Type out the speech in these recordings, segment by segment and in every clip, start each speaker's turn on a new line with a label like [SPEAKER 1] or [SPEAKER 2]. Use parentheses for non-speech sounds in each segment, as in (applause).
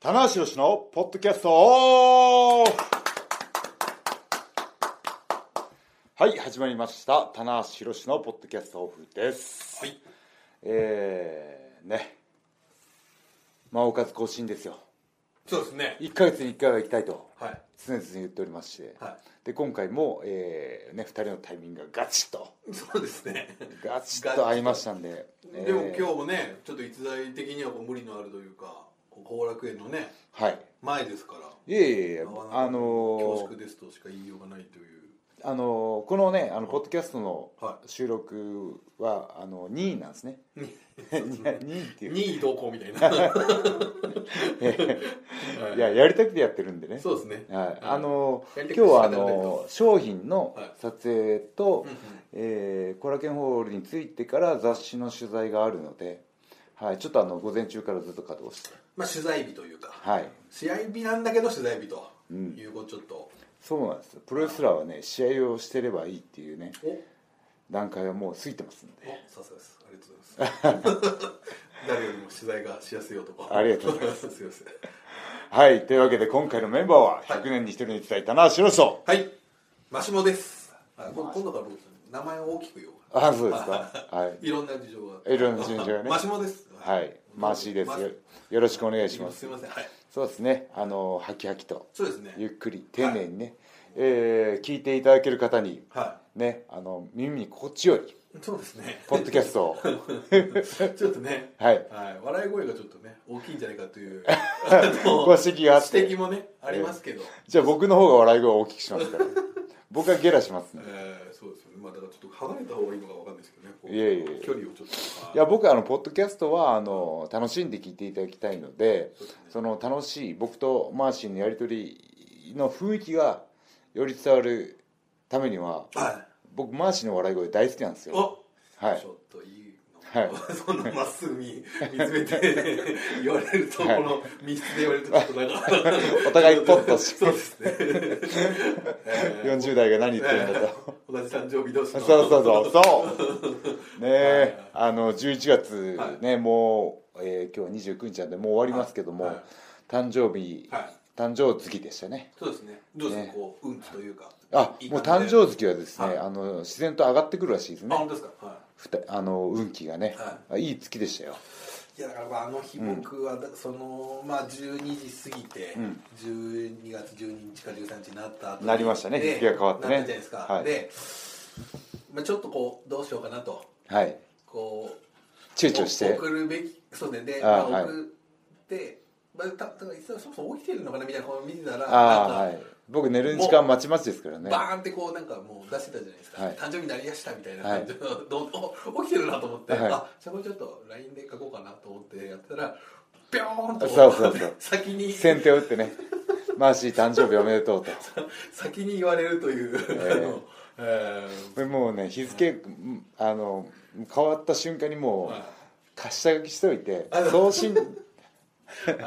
[SPEAKER 1] 棚橋宏のポッドキャストオフはい始まりました棚橋宏のポッドキャストオフです
[SPEAKER 2] はい
[SPEAKER 1] えー、ねまあおかず更新ですよ
[SPEAKER 2] そうですね
[SPEAKER 1] 1ヶ月に1回は行きたいと
[SPEAKER 2] はい
[SPEAKER 1] 常々言っておりまして、
[SPEAKER 2] は
[SPEAKER 1] で今回も、えーね、2人のタイミングがガチッと
[SPEAKER 2] いそうですね
[SPEAKER 1] ガチッと合いましたんで
[SPEAKER 2] でも
[SPEAKER 1] えー
[SPEAKER 2] 今日もねちょっと逸材的にはこう無理のあるというかこう後楽園のね
[SPEAKER 1] はい
[SPEAKER 2] 前ですから
[SPEAKER 1] いえいえいえ
[SPEAKER 2] なかなか
[SPEAKER 1] あのー
[SPEAKER 2] 恐縮ですとしか言いようがないという
[SPEAKER 1] あのーこのねあのポッドキャストの
[SPEAKER 2] は
[SPEAKER 1] 収録はあの2位なんですね (laughs) 2位って (laughs)
[SPEAKER 2] い
[SPEAKER 1] いう
[SPEAKER 2] 任意同行みたいな、はい
[SPEAKER 1] いややりたくてやってるんでね
[SPEAKER 2] そうですね
[SPEAKER 1] はいあのー
[SPEAKER 2] やりたくて
[SPEAKER 1] 今日はあ
[SPEAKER 2] 仕方がない
[SPEAKER 1] の
[SPEAKER 2] と
[SPEAKER 1] ー商品の
[SPEAKER 2] はい
[SPEAKER 1] 撮影と
[SPEAKER 2] うんうん
[SPEAKER 1] えーコラケンホールに着いてから雑誌の取材があるのではいちょっとあの午前中からずっと稼働して
[SPEAKER 2] まあ取材日というか
[SPEAKER 1] はい
[SPEAKER 2] 試合日なんだけど取材日と
[SPEAKER 1] うん
[SPEAKER 2] いうことちょっと、
[SPEAKER 1] そうなんですよプロレスラーはね試合をしてればいいっていうね
[SPEAKER 2] お
[SPEAKER 1] 段階はもう過ぎてますんで
[SPEAKER 2] おさすがですありがとう
[SPEAKER 1] (laughs)
[SPEAKER 2] ございます誰よりも取材がしやすい男
[SPEAKER 1] ありがとうござい
[SPEAKER 2] ます (laughs) すいません
[SPEAKER 1] はいというわけで今回のメンバーは
[SPEAKER 2] はい
[SPEAKER 1] 100年に1人に伝えたな白人
[SPEAKER 2] はいマシモですあ今今度から僕名前を大きく言おうか
[SPEAKER 1] あそうですかはい
[SPEAKER 2] ないろんな事情があって
[SPEAKER 1] いろんな事情がね
[SPEAKER 2] (laughs) マシモです
[SPEAKER 1] はいマーシーです
[SPEAKER 2] マ
[SPEAKER 1] よよろしくお願いしますす
[SPEAKER 2] いませんはい
[SPEAKER 1] そうですねあのハキハキと
[SPEAKER 2] そうですね
[SPEAKER 1] ゆっくり丁寧にね、えー聞いていただける方に
[SPEAKER 2] は
[SPEAKER 1] ねあの耳に心地よい
[SPEAKER 2] いそうですね
[SPEAKER 1] ポッドキャストを (laughs)
[SPEAKER 2] (laughs) ちょっとね
[SPEAKER 1] はい
[SPEAKER 2] はい笑い声がちょっとね大きいんじゃないかという
[SPEAKER 1] (laughs) ご指摘があって
[SPEAKER 2] 指摘もねありますけど
[SPEAKER 1] じゃあ僕の方が笑い声を大きくしますから (laughs) 僕はゲラしますね
[SPEAKER 2] えーそうですよねまあだからちょっと離れた方がいいのかわかんないですけどねこう
[SPEAKER 1] いえいえ
[SPEAKER 2] 距離をちょっと
[SPEAKER 1] いや僕あのポッドキャストはあの楽しんで聞いていただきたいので
[SPEAKER 2] そうですね
[SPEAKER 1] その楽しい僕とマーシーのやり取りの雰囲気がより伝わるためには
[SPEAKER 2] は
[SPEAKER 1] 僕マーシーの笑い声大好きなんです
[SPEAKER 2] い
[SPEAKER 1] よ
[SPEAKER 2] お
[SPEAKER 1] はい
[SPEAKER 2] ちょっといい
[SPEAKER 1] は
[SPEAKER 2] の、 (laughs) そんなまっすぐ見見つめて言われると、この密室で言われるとちょっとなんか
[SPEAKER 1] お互いポッとし
[SPEAKER 2] そうですね、えー
[SPEAKER 1] 40代が何言ってるんだと
[SPEAKER 2] 同じ誕生日同士
[SPEAKER 1] そう
[SPEAKER 2] の
[SPEAKER 1] そうそうそうねえあの11月ねもう、えー今日は29日なんでもう終わりますけども、
[SPEAKER 2] はいはい
[SPEAKER 1] 誕生日、
[SPEAKER 2] はい
[SPEAKER 1] 誕生月でしたね
[SPEAKER 2] そうですねどうですか、
[SPEAKER 1] ね
[SPEAKER 2] こう運気というか
[SPEAKER 1] あ
[SPEAKER 2] いい
[SPEAKER 1] もう
[SPEAKER 2] 感
[SPEAKER 1] 誕
[SPEAKER 2] じで
[SPEAKER 1] 生月はですね、
[SPEAKER 2] はい
[SPEAKER 1] あの自然と上がってくるらしいです
[SPEAKER 2] あ
[SPEAKER 1] ね
[SPEAKER 2] 本当ですか、は
[SPEAKER 1] ふたあの運気がね、、
[SPEAKER 2] はい
[SPEAKER 1] い月でしたよ
[SPEAKER 2] い、いやだからまああの日僕はだ、そのまあ12時過ぎて、12月12日か13日になった後に
[SPEAKER 1] なりましたね
[SPEAKER 2] で
[SPEAKER 1] 日付が変わってね
[SPEAKER 2] なったじゃないですか、
[SPEAKER 1] はい
[SPEAKER 2] で、まあ、ちょっとこうどうしようかなと
[SPEAKER 1] はい
[SPEAKER 2] こう
[SPEAKER 1] 躊躇して
[SPEAKER 2] 送るべきそうねで、
[SPEAKER 1] あ
[SPEAKER 2] まあ、
[SPEAKER 1] はい
[SPEAKER 2] 送って、まあ、たただそもそも起きてるのかなみたいなこう見てたら
[SPEAKER 1] ああ
[SPEAKER 2] なんか、
[SPEAKER 1] はい僕寝る時間まちまちですからね
[SPEAKER 2] バーンってこうなんかもう出してたじゃないですか、
[SPEAKER 1] はい
[SPEAKER 2] 誕生日になりやしたみたいな感じの、どんお起きてるなと思って、
[SPEAKER 1] はい
[SPEAKER 2] あじゃあこれちょっと LINE で書こうかなと思ってやったらピョーンと
[SPEAKER 1] そうそうそう
[SPEAKER 2] (laughs) 先に
[SPEAKER 1] 先手を打ってね「マーシー誕生日おめでとう」と
[SPEAKER 2] 先に言われるという、
[SPEAKER 1] ええ
[SPEAKER 2] あの (laughs) え
[SPEAKER 1] これもうね日付、うんあの変わった瞬間にもう、
[SPEAKER 2] はい
[SPEAKER 1] 貸下書きしておいて
[SPEAKER 2] あの
[SPEAKER 1] 送
[SPEAKER 2] (laughs)
[SPEAKER 1] 信
[SPEAKER 2] ー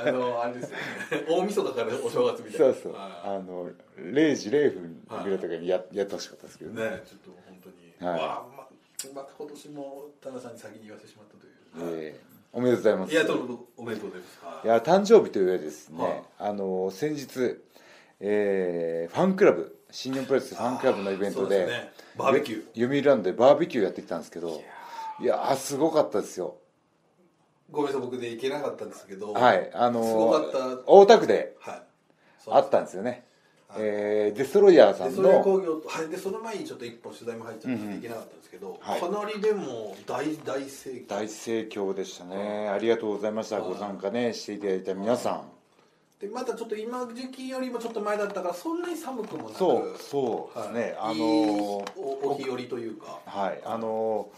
[SPEAKER 2] あのあれですよね大晦日からお正月みたい
[SPEAKER 1] そ
[SPEAKER 2] な
[SPEAKER 1] うそう
[SPEAKER 2] はい
[SPEAKER 1] あの0時0分ぐらいとかにや,、やってほしかったですけどね
[SPEAKER 2] ねちょっと本当に、
[SPEAKER 1] はい
[SPEAKER 2] わあままた今年も田中さんに先に言わせてしまったという、
[SPEAKER 1] えーおめでとうございます
[SPEAKER 2] いやどうもおめでとうございます
[SPEAKER 1] いや誕生日というよりですね、
[SPEAKER 2] はい
[SPEAKER 1] あの先日、えーファンクラブ新日本プロレスファンクラブのイベントで
[SPEAKER 2] そうすね、バーベキュー
[SPEAKER 1] ユミランドでバーベキューやってきたんですけどいやーすごかったですよ
[SPEAKER 2] ごめんなさい僕で行けなかったんですけど
[SPEAKER 1] はいあのー
[SPEAKER 2] すごかった
[SPEAKER 1] 大田区で
[SPEAKER 2] はいそう
[SPEAKER 1] あったんですよね、
[SPEAKER 2] はい
[SPEAKER 1] えーデストロイヤーさ
[SPEAKER 2] で
[SPEAKER 1] ん
[SPEAKER 2] それ
[SPEAKER 1] の
[SPEAKER 2] 工業とはいでその前にちょっと一本取材も入っちゃって行けなかったんですけど、
[SPEAKER 1] はい
[SPEAKER 2] かなりでも大大盛況
[SPEAKER 1] 大盛況でしたねありがとうございました
[SPEAKER 2] はい
[SPEAKER 1] ご参加ねしていただいた皆さん
[SPEAKER 2] でまたちょっと今時期よりもちょっと前だったからそんなに寒くもなく
[SPEAKER 1] そうそうですね、
[SPEAKER 2] はい
[SPEAKER 1] あの
[SPEAKER 2] いい
[SPEAKER 1] ー
[SPEAKER 2] おお日和というか
[SPEAKER 1] はい、あの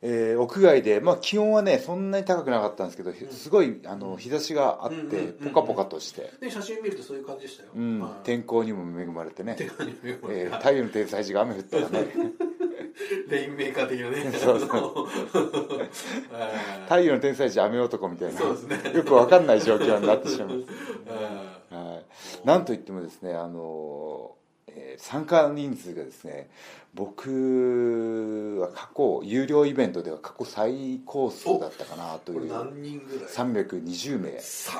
[SPEAKER 1] えー屋外で、まあ、気温はねそんなに高くなかったんですけど、ひすごいあの日差しがあって、
[SPEAKER 2] うんうんうんうん
[SPEAKER 1] ポカポカとして、
[SPEAKER 2] で写真見るとそういう感じでしたよ、
[SPEAKER 1] うん
[SPEAKER 2] はい
[SPEAKER 1] 天候にも恵まれてね、
[SPEAKER 2] (laughs) 手紙のような
[SPEAKER 1] えー太陽の天才児が雨降った
[SPEAKER 2] (laughs)
[SPEAKER 1] らね
[SPEAKER 2] レインメーカー的なね
[SPEAKER 1] (laughs) そう
[SPEAKER 2] (laughs) あ
[SPEAKER 1] 太陽の天才児雨男みたいな
[SPEAKER 2] そうですね
[SPEAKER 1] よくわかんない状況になってしまいます
[SPEAKER 2] のあ
[SPEAKER 1] はい、なんといってもですね、あのえー参加人数がですね僕は過去有料イベントでは過去最高数だったかなと
[SPEAKER 2] これ
[SPEAKER 1] いう
[SPEAKER 2] 何人ぐらい
[SPEAKER 1] 320名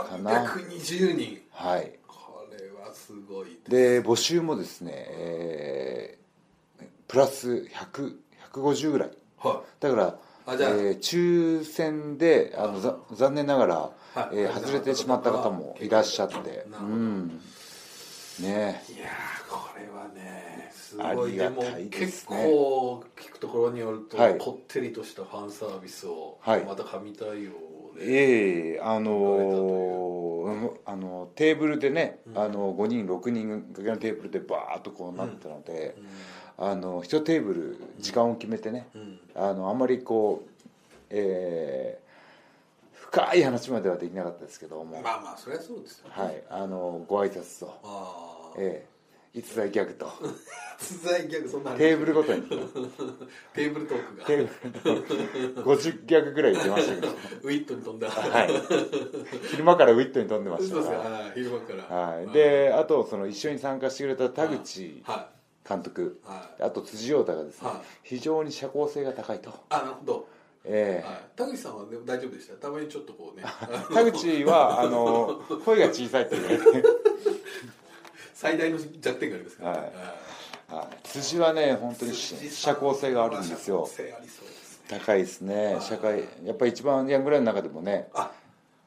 [SPEAKER 1] かな
[SPEAKER 2] 320人
[SPEAKER 1] はい
[SPEAKER 2] これはすごい
[SPEAKER 1] で募集もですね、えープラス100 150ぐらい
[SPEAKER 2] は
[SPEAKER 1] だから
[SPEAKER 2] あじゃあ
[SPEAKER 1] えー抽選であのざ残念ながら、
[SPEAKER 2] はい
[SPEAKER 1] えー外れてしまった方もいらっしゃって
[SPEAKER 2] なる
[SPEAKER 1] う
[SPEAKER 2] ほど
[SPEAKER 1] んね
[SPEAKER 2] いいやーこれはねす
[SPEAKER 1] あ
[SPEAKER 2] ごい
[SPEAKER 1] り
[SPEAKER 2] で
[SPEAKER 1] が
[SPEAKER 2] も
[SPEAKER 1] たいです
[SPEAKER 2] 結
[SPEAKER 1] ね
[SPEAKER 2] 構聞くところによると、
[SPEAKER 1] はい
[SPEAKER 2] こってりとしたファンサービスを、
[SPEAKER 1] はい
[SPEAKER 2] また神対応で、
[SPEAKER 1] ええあの
[SPEAKER 2] 行かれた
[SPEAKER 1] ーあのテーブルでね、
[SPEAKER 2] うん
[SPEAKER 1] あの5人6人掛けのテーブルでバーッとこうなったので、
[SPEAKER 2] う
[SPEAKER 1] あの1テーブル時間を決めてね、
[SPEAKER 2] んうん
[SPEAKER 1] あのあんまりこう、えー深い話まではできなかったですけども、
[SPEAKER 2] まあまあそりゃそうですよ、ね
[SPEAKER 1] はい、あのご挨拶と、
[SPEAKER 2] ああ
[SPEAKER 1] ええ逸材ギャグと
[SPEAKER 2] 実在ギャグそんな
[SPEAKER 1] テーブルごとに
[SPEAKER 2] テーブルトークが
[SPEAKER 1] テーブル50ギャグぐらい出ましたけど、
[SPEAKER 2] ウィットに飛んだ
[SPEAKER 1] はい、昼間からウィットに飛んでまし
[SPEAKER 2] そうです
[SPEAKER 1] た
[SPEAKER 2] よ
[SPEAKER 1] か
[SPEAKER 2] はい昼間から
[SPEAKER 1] ら、はい、であとその一緒に参加してくれた田口
[SPEAKER 2] は
[SPEAKER 1] 監督
[SPEAKER 2] いはい
[SPEAKER 1] あと辻陽太がですね
[SPEAKER 2] はい
[SPEAKER 1] 非常に社交性が高いと、
[SPEAKER 2] あなるほど、
[SPEAKER 1] ええ
[SPEAKER 2] はい、田口さんは、ね、大丈夫でしたたまにちょっと
[SPEAKER 1] (laughs)
[SPEAKER 2] こうねあの
[SPEAKER 1] 田口
[SPEAKER 2] (laughs)
[SPEAKER 1] はあの声が小さいって言われて。
[SPEAKER 2] 最大の弱点がありますから、ね
[SPEAKER 1] はい
[SPEAKER 2] はい
[SPEAKER 1] はい辻はね本当に
[SPEAKER 2] 辻さん
[SPEAKER 1] 社交性があるんですよ
[SPEAKER 2] 社交性ありそうですね
[SPEAKER 1] 高いですね
[SPEAKER 2] はい
[SPEAKER 1] 社会やっぱり一番ヤングライオンの中でもね
[SPEAKER 2] あ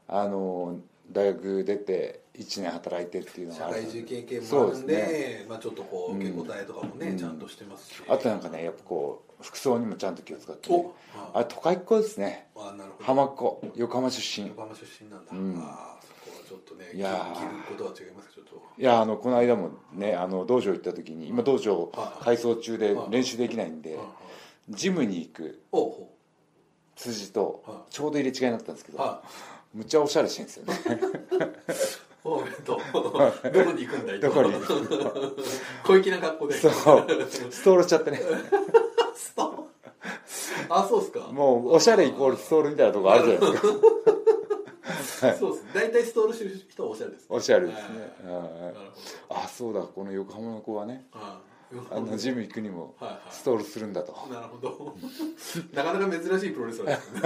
[SPEAKER 1] あの大学出て1年働いてっていうの
[SPEAKER 2] 社
[SPEAKER 1] がある
[SPEAKER 2] 会人経験もあるんで
[SPEAKER 1] そう
[SPEAKER 2] まあ、ちょっとこう受け答えとかもね、ちゃんとしてますし
[SPEAKER 1] あとなんかねやっぱこう服装にもちゃんと気を使って、ね
[SPEAKER 2] お、
[SPEAKER 1] あれ都会っ子ですね
[SPEAKER 2] あなるほど
[SPEAKER 1] 浜っ子横浜出身い
[SPEAKER 2] 横浜出身なんだ、あーそこはちょっとね
[SPEAKER 1] い
[SPEAKER 2] い
[SPEAKER 1] や
[SPEAKER 2] や
[SPEAKER 1] ー
[SPEAKER 2] 着ることは違いますけどちょっ
[SPEAKER 1] やあのこの間もねあの道場行った時に今道場
[SPEAKER 2] はい
[SPEAKER 1] 改装中で
[SPEAKER 2] はい
[SPEAKER 1] 練習できないんで
[SPEAKER 2] と、はいはい
[SPEAKER 1] ジムに行く
[SPEAKER 2] おうほ
[SPEAKER 1] 辻と
[SPEAKER 2] は
[SPEAKER 1] ちょうど入れ違いになったんですけ
[SPEAKER 2] う
[SPEAKER 1] ど
[SPEAKER 2] は
[SPEAKER 1] むっちゃおしゃれしてるんですよね
[SPEAKER 2] いおうえ
[SPEAKER 1] (laughs)
[SPEAKER 2] っとどこに行くんだいと
[SPEAKER 1] どこに行く
[SPEAKER 2] (laughs) 小粋な格好で
[SPEAKER 1] (laughs) そうストールしちゃってね
[SPEAKER 2] スパあそうっすか
[SPEAKER 1] もうおしゃれイコールストールみたいなとこあるじゃないですか
[SPEAKER 2] そうっす大体ストールしてる人はおしゃれですね
[SPEAKER 1] おしゃれですね
[SPEAKER 2] な
[SPEAKER 1] は
[SPEAKER 2] る
[SPEAKER 1] い
[SPEAKER 2] ほ
[SPEAKER 1] あそうだこの横浜の子はね
[SPEAKER 2] どあー
[SPEAKER 1] あのジム行くにも
[SPEAKER 2] はいはい
[SPEAKER 1] ストールするんだと
[SPEAKER 2] なる
[SPEAKER 1] (laughs)
[SPEAKER 2] ほどなかなか珍しいプロレスラーですね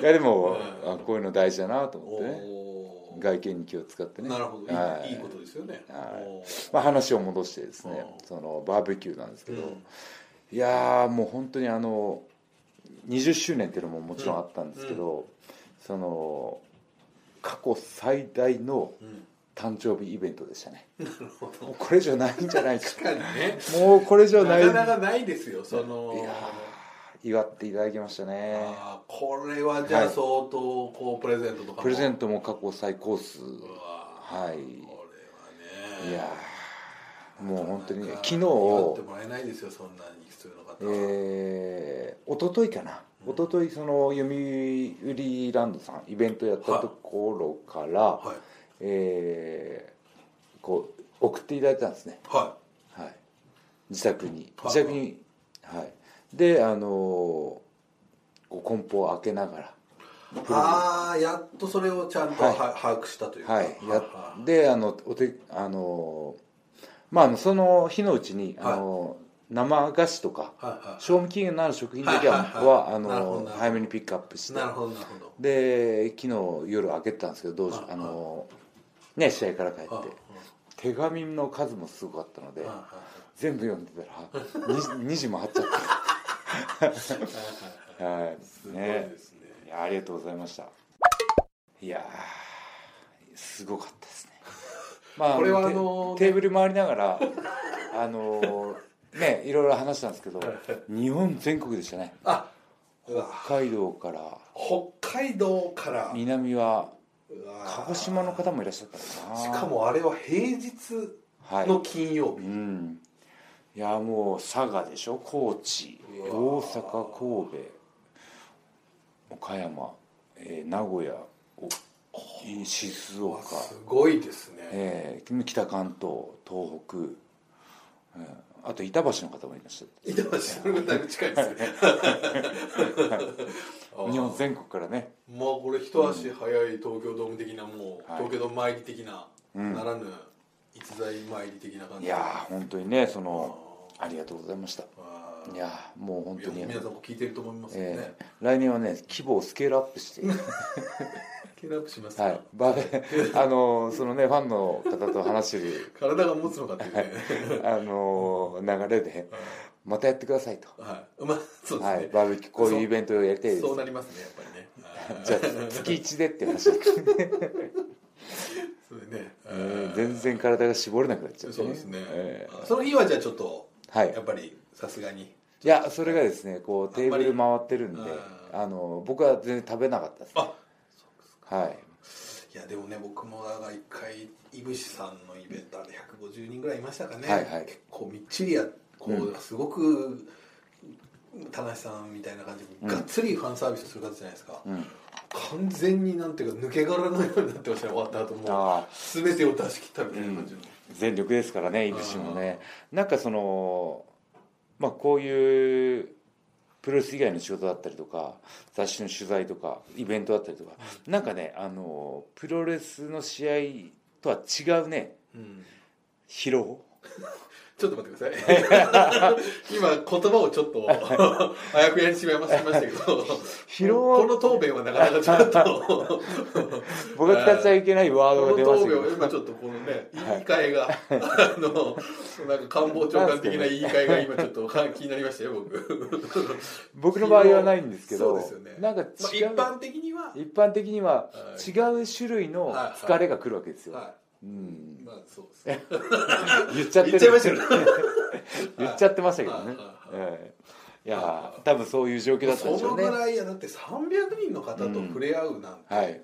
[SPEAKER 1] いやでも
[SPEAKER 2] は
[SPEAKER 1] あこういうの大事だなと思ってね
[SPEAKER 2] おー
[SPEAKER 1] 外見に気を使ってね
[SPEAKER 2] なるほど、、
[SPEAKER 1] はい
[SPEAKER 2] いい
[SPEAKER 1] い
[SPEAKER 2] ことですよね、
[SPEAKER 1] はい
[SPEAKER 2] おー
[SPEAKER 1] まあ話を戻してですね
[SPEAKER 2] うん
[SPEAKER 1] そのバーベキューなんですけ
[SPEAKER 2] う
[SPEAKER 1] ど
[SPEAKER 2] ん
[SPEAKER 1] いやーもう本当にあの20周年っていうのももちろんあったんですけどその過去最大の
[SPEAKER 2] うん
[SPEAKER 1] 誕生日イベントでしたね
[SPEAKER 2] (laughs) なるほど
[SPEAKER 1] もうこれ以上ないんじゃないか
[SPEAKER 2] 確かにね
[SPEAKER 1] もうこれ以上
[SPEAKER 2] な
[SPEAKER 1] ない
[SPEAKER 2] かなかないですよその
[SPEAKER 1] いやー祝っていただきましたね
[SPEAKER 2] あーこれはじゃあ
[SPEAKER 1] はい
[SPEAKER 2] 相当こうプレゼントとかも
[SPEAKER 1] プレゼン
[SPEAKER 2] ト
[SPEAKER 1] トも過去最高数
[SPEAKER 2] は
[SPEAKER 1] はい
[SPEAKER 2] これはね
[SPEAKER 1] いやーもう本当に
[SPEAKER 2] なかな
[SPEAKER 1] 昨
[SPEAKER 2] か
[SPEAKER 1] 日
[SPEAKER 2] 祝ってもらえないですよそんなに普通の方は、
[SPEAKER 1] えー、一昨日かな一昨日その読売ランドさんイベントやったところから、
[SPEAKER 2] はい
[SPEAKER 1] えーこう送っていただいたんですね
[SPEAKER 2] は
[SPEAKER 1] はい自宅に
[SPEAKER 2] はい
[SPEAKER 1] 自宅にはいであのーこう梱包を開けながら
[SPEAKER 2] いああやっとそれをちゃんとは、
[SPEAKER 1] はい
[SPEAKER 2] 把握したというか
[SPEAKER 1] はい、やであのおてあのまああのその日のうちに、
[SPEAKER 2] はい
[SPEAKER 1] あの生菓子とか
[SPEAKER 2] はいはい
[SPEAKER 1] 賞味期限のある食品だけは,、
[SPEAKER 2] はいはいはい
[SPEAKER 1] あ
[SPEAKER 2] なるほどなる
[SPEAKER 1] の
[SPEAKER 2] ほど
[SPEAKER 1] 早めにピックアップして
[SPEAKER 2] なるほどなるほど
[SPEAKER 1] で昨日夜開けてたんですけどどうし
[SPEAKER 2] はい
[SPEAKER 1] あのね試合から帰って
[SPEAKER 2] あ
[SPEAKER 1] 手紙の数もすごかったので
[SPEAKER 2] あああ
[SPEAKER 1] 全部読んでたら
[SPEAKER 2] (laughs)
[SPEAKER 1] 2, 時も張っちゃ
[SPEAKER 2] (laughs)
[SPEAKER 1] ったはい
[SPEAKER 2] すごい
[SPEAKER 1] ね
[SPEAKER 2] ですね
[SPEAKER 1] いやありがとうございましたいやーすごかったです
[SPEAKER 2] (laughs)
[SPEAKER 1] ねま
[SPEAKER 2] これはあ
[SPEAKER 1] テ
[SPEAKER 2] のー
[SPEAKER 1] テーブル回りながらあのーねいろいろ話したんですけど日本全国でしたね
[SPEAKER 2] あうわ
[SPEAKER 1] 北海道から
[SPEAKER 2] 北海道から
[SPEAKER 1] 南は
[SPEAKER 2] うわ
[SPEAKER 1] 鹿児島の方もいらっしゃったかな
[SPEAKER 2] しかもあれは平日
[SPEAKER 1] はい
[SPEAKER 2] の金曜
[SPEAKER 1] う
[SPEAKER 2] 日、
[SPEAKER 1] んいやもう佐賀でしょ高知
[SPEAKER 2] うわ
[SPEAKER 1] 大阪神戸岡山、えー名古屋おい静
[SPEAKER 2] うわ
[SPEAKER 1] 岡
[SPEAKER 2] すごいですね
[SPEAKER 1] えー北関東東北、うん、あと板橋の方もいらっしゃ
[SPEAKER 2] 板橋それがだいぶ近いで
[SPEAKER 1] (laughs)
[SPEAKER 2] すね
[SPEAKER 1] って
[SPEAKER 2] (laughs) あー
[SPEAKER 1] 日本全国からね
[SPEAKER 2] まあこれ一足早い東京ドーム的なもう、
[SPEAKER 1] はい
[SPEAKER 2] 東京ドーム前的な、
[SPEAKER 1] うん
[SPEAKER 2] ならぬ逸材参り的な感
[SPEAKER 1] い
[SPEAKER 2] じ
[SPEAKER 1] やー本当にねそ
[SPEAKER 2] あ
[SPEAKER 1] のありがとうございました
[SPEAKER 2] ーあー
[SPEAKER 1] いやーもう本当
[SPEAKER 2] い
[SPEAKER 1] に
[SPEAKER 2] や皆さんも聞いてると思いますよね
[SPEAKER 1] ええ来年はね規模をスケールアップして
[SPEAKER 2] ケールアップしますか、
[SPEAKER 1] はいバレ (laughs) あのそのねファンの方と話してる
[SPEAKER 2] 体が持つのかっていうね
[SPEAKER 1] あの流れでまたやってくださいと、
[SPEAKER 2] はいまあそうですね、
[SPEAKER 1] はい、バーベキューこういうイベントをやりたいです
[SPEAKER 2] そうなりますねやっぱりね
[SPEAKER 1] じゃあ月1でって話だったね、
[SPEAKER 2] (laughs) それね、
[SPEAKER 1] えー全然体が絞れなくなっちゃって、
[SPEAKER 2] そうですね、
[SPEAKER 1] えー
[SPEAKER 2] その日はじゃあちょっと
[SPEAKER 1] はい
[SPEAKER 2] やっぱりさすがに
[SPEAKER 1] いやそれがですねこうテーブル回ってるんで
[SPEAKER 2] あんまりう
[SPEAKER 1] あの僕は全然食べなかったです、
[SPEAKER 2] あ
[SPEAKER 1] はい
[SPEAKER 2] いやでもね僕もだから一回井口さんのイベントで150人ぐらいいましたかね、
[SPEAKER 1] はいはい
[SPEAKER 2] 結構みっちりやこう、
[SPEAKER 1] う
[SPEAKER 2] すごく田無さんみたいな感じでがっつりファンサービスする方じゃないですか、
[SPEAKER 1] うん、
[SPEAKER 2] 完全になんていうか抜け殻のようになってましたね終わった後も
[SPEAKER 1] ああ
[SPEAKER 2] う全てを出し切ったみたいな感じの、
[SPEAKER 1] 全力ですからね井口もねなんかそのまあこういうプロレス以外の仕事だったりとか雑誌の取材とかイベントだったりとかなんかねあのプロレスの試合とは違うね
[SPEAKER 2] うん
[SPEAKER 1] 疲労
[SPEAKER 2] ちょっと待ってください (laughs) 今言葉をちょ
[SPEAKER 1] (laughs)
[SPEAKER 2] っとあやふやにしまいましましたけど
[SPEAKER 1] 疲労
[SPEAKER 2] この答弁はなかなかちょっ
[SPEAKER 1] (laughs)
[SPEAKER 2] と
[SPEAKER 1] 僕が使っちゃいけないワードが
[SPEAKER 2] こ
[SPEAKER 1] 出
[SPEAKER 2] の
[SPEAKER 1] ま
[SPEAKER 2] 答
[SPEAKER 1] したけ
[SPEAKER 2] 弁を
[SPEAKER 1] ど
[SPEAKER 2] 今ちょっとこのね言い換えが、あのなんか官房長官的な言い換えが今ちょっとか気になりましたよ僕
[SPEAKER 1] 僕の場合はないんですけど
[SPEAKER 2] そうですよね
[SPEAKER 1] なんか
[SPEAKER 2] まあ
[SPEAKER 1] 違
[SPEAKER 2] 一
[SPEAKER 1] う
[SPEAKER 2] 般的には、
[SPEAKER 1] 一般的には
[SPEAKER 2] はい
[SPEAKER 1] 違う種類の疲れが来るわけですよ、
[SPEAKER 2] は
[SPEAKER 1] うん
[SPEAKER 2] い、まあそうですね
[SPEAKER 1] 言っちゃって
[SPEAKER 2] 言っちゃいましたよね
[SPEAKER 1] (laughs) 言っちゃってましたけどね、
[SPEAKER 2] はい
[SPEAKER 1] ええいやー多分そういう状況だったんでし
[SPEAKER 2] そ
[SPEAKER 1] ょ
[SPEAKER 2] の
[SPEAKER 1] うね
[SPEAKER 2] ぐらいやだって300人の方と触れ合うなんて、
[SPEAKER 1] はい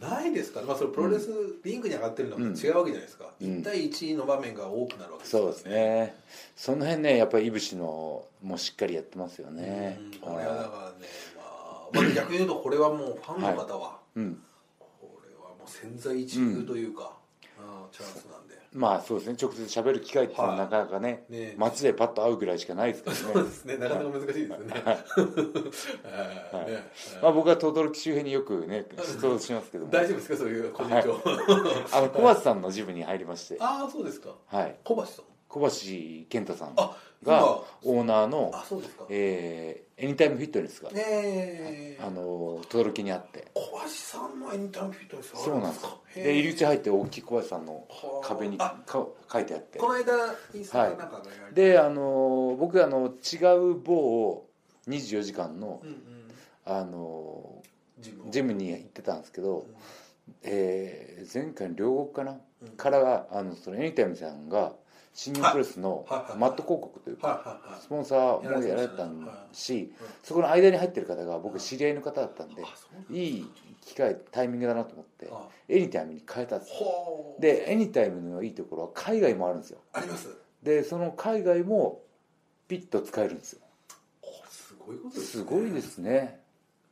[SPEAKER 2] ないですから、まあ、それプロレスリングに上がってるのと違うわけじゃないですか、
[SPEAKER 1] うん
[SPEAKER 2] 1対1の場面が多くなるわけ
[SPEAKER 1] そうですねその辺ねやっぱりいぶしのもしっかりやってますよね
[SPEAKER 2] うんこれはだ
[SPEAKER 1] は
[SPEAKER 2] からね、まあ、まあ逆に言うとこれはもうファンの方は、
[SPEAKER 1] いうん
[SPEAKER 2] これはもう千載一遇というか、うんチャンスなんで
[SPEAKER 1] まあそうですね直接喋る機会っていうのは
[SPEAKER 2] は
[SPEAKER 1] ないかなかね,、
[SPEAKER 2] ね
[SPEAKER 1] 街でパッと会うぐらいしかないですから
[SPEAKER 2] そう
[SPEAKER 1] ね
[SPEAKER 2] ですねなかなか難しいです (laughs) よねえーねえ
[SPEAKER 1] まあ僕はトドロキ周辺によくね出動しますけど
[SPEAKER 2] ー
[SPEAKER 1] も
[SPEAKER 2] 大丈夫ですかそういう個人情報、
[SPEAKER 1] あの小橋さんのジムに入りまして
[SPEAKER 2] ああそうですか
[SPEAKER 1] はい
[SPEAKER 2] 小橋さん
[SPEAKER 1] 小橋健太さん
[SPEAKER 2] あ
[SPEAKER 1] が
[SPEAKER 2] 今
[SPEAKER 1] オーナーの
[SPEAKER 2] あそうですかね
[SPEAKER 1] えーエニタイムフィットネスが、
[SPEAKER 2] え
[SPEAKER 1] あの轟にあって
[SPEAKER 2] 小橋さんのエンタメフィットネス
[SPEAKER 1] そうなんですよ
[SPEAKER 2] へー
[SPEAKER 1] で入り口入って大きい小林さんの
[SPEAKER 2] はあ
[SPEAKER 1] 壁に
[SPEAKER 2] あ
[SPEAKER 1] か書いてあって
[SPEAKER 2] この間インスタかなんかのやり
[SPEAKER 1] であの僕あの違う某24時間の
[SPEAKER 2] うんうん
[SPEAKER 1] あの
[SPEAKER 2] ジムを
[SPEAKER 1] ジムに行ってたんですけど、えー前回の両国かな、
[SPEAKER 2] うん
[SPEAKER 1] からあのそのエニタイムさんが新日本プロレスの
[SPEAKER 2] はいはいはい
[SPEAKER 1] マット広告というか、
[SPEAKER 2] はいはいはい
[SPEAKER 1] スポンサーもやられてたんし、そこの間に入ってる方が僕知り合いの方だったんで
[SPEAKER 2] あそうなんだ
[SPEAKER 1] いい機会タイミングだなと思って
[SPEAKER 2] あ
[SPEAKER 1] エニタイムに変えたんですよ
[SPEAKER 2] ほう
[SPEAKER 1] でエニタイムのいいところは海外もあるんですよ
[SPEAKER 2] あります
[SPEAKER 1] でその海外もピッと使えるんですよ
[SPEAKER 2] これすごいことです
[SPEAKER 1] す
[SPEAKER 2] ね
[SPEAKER 1] ごいですね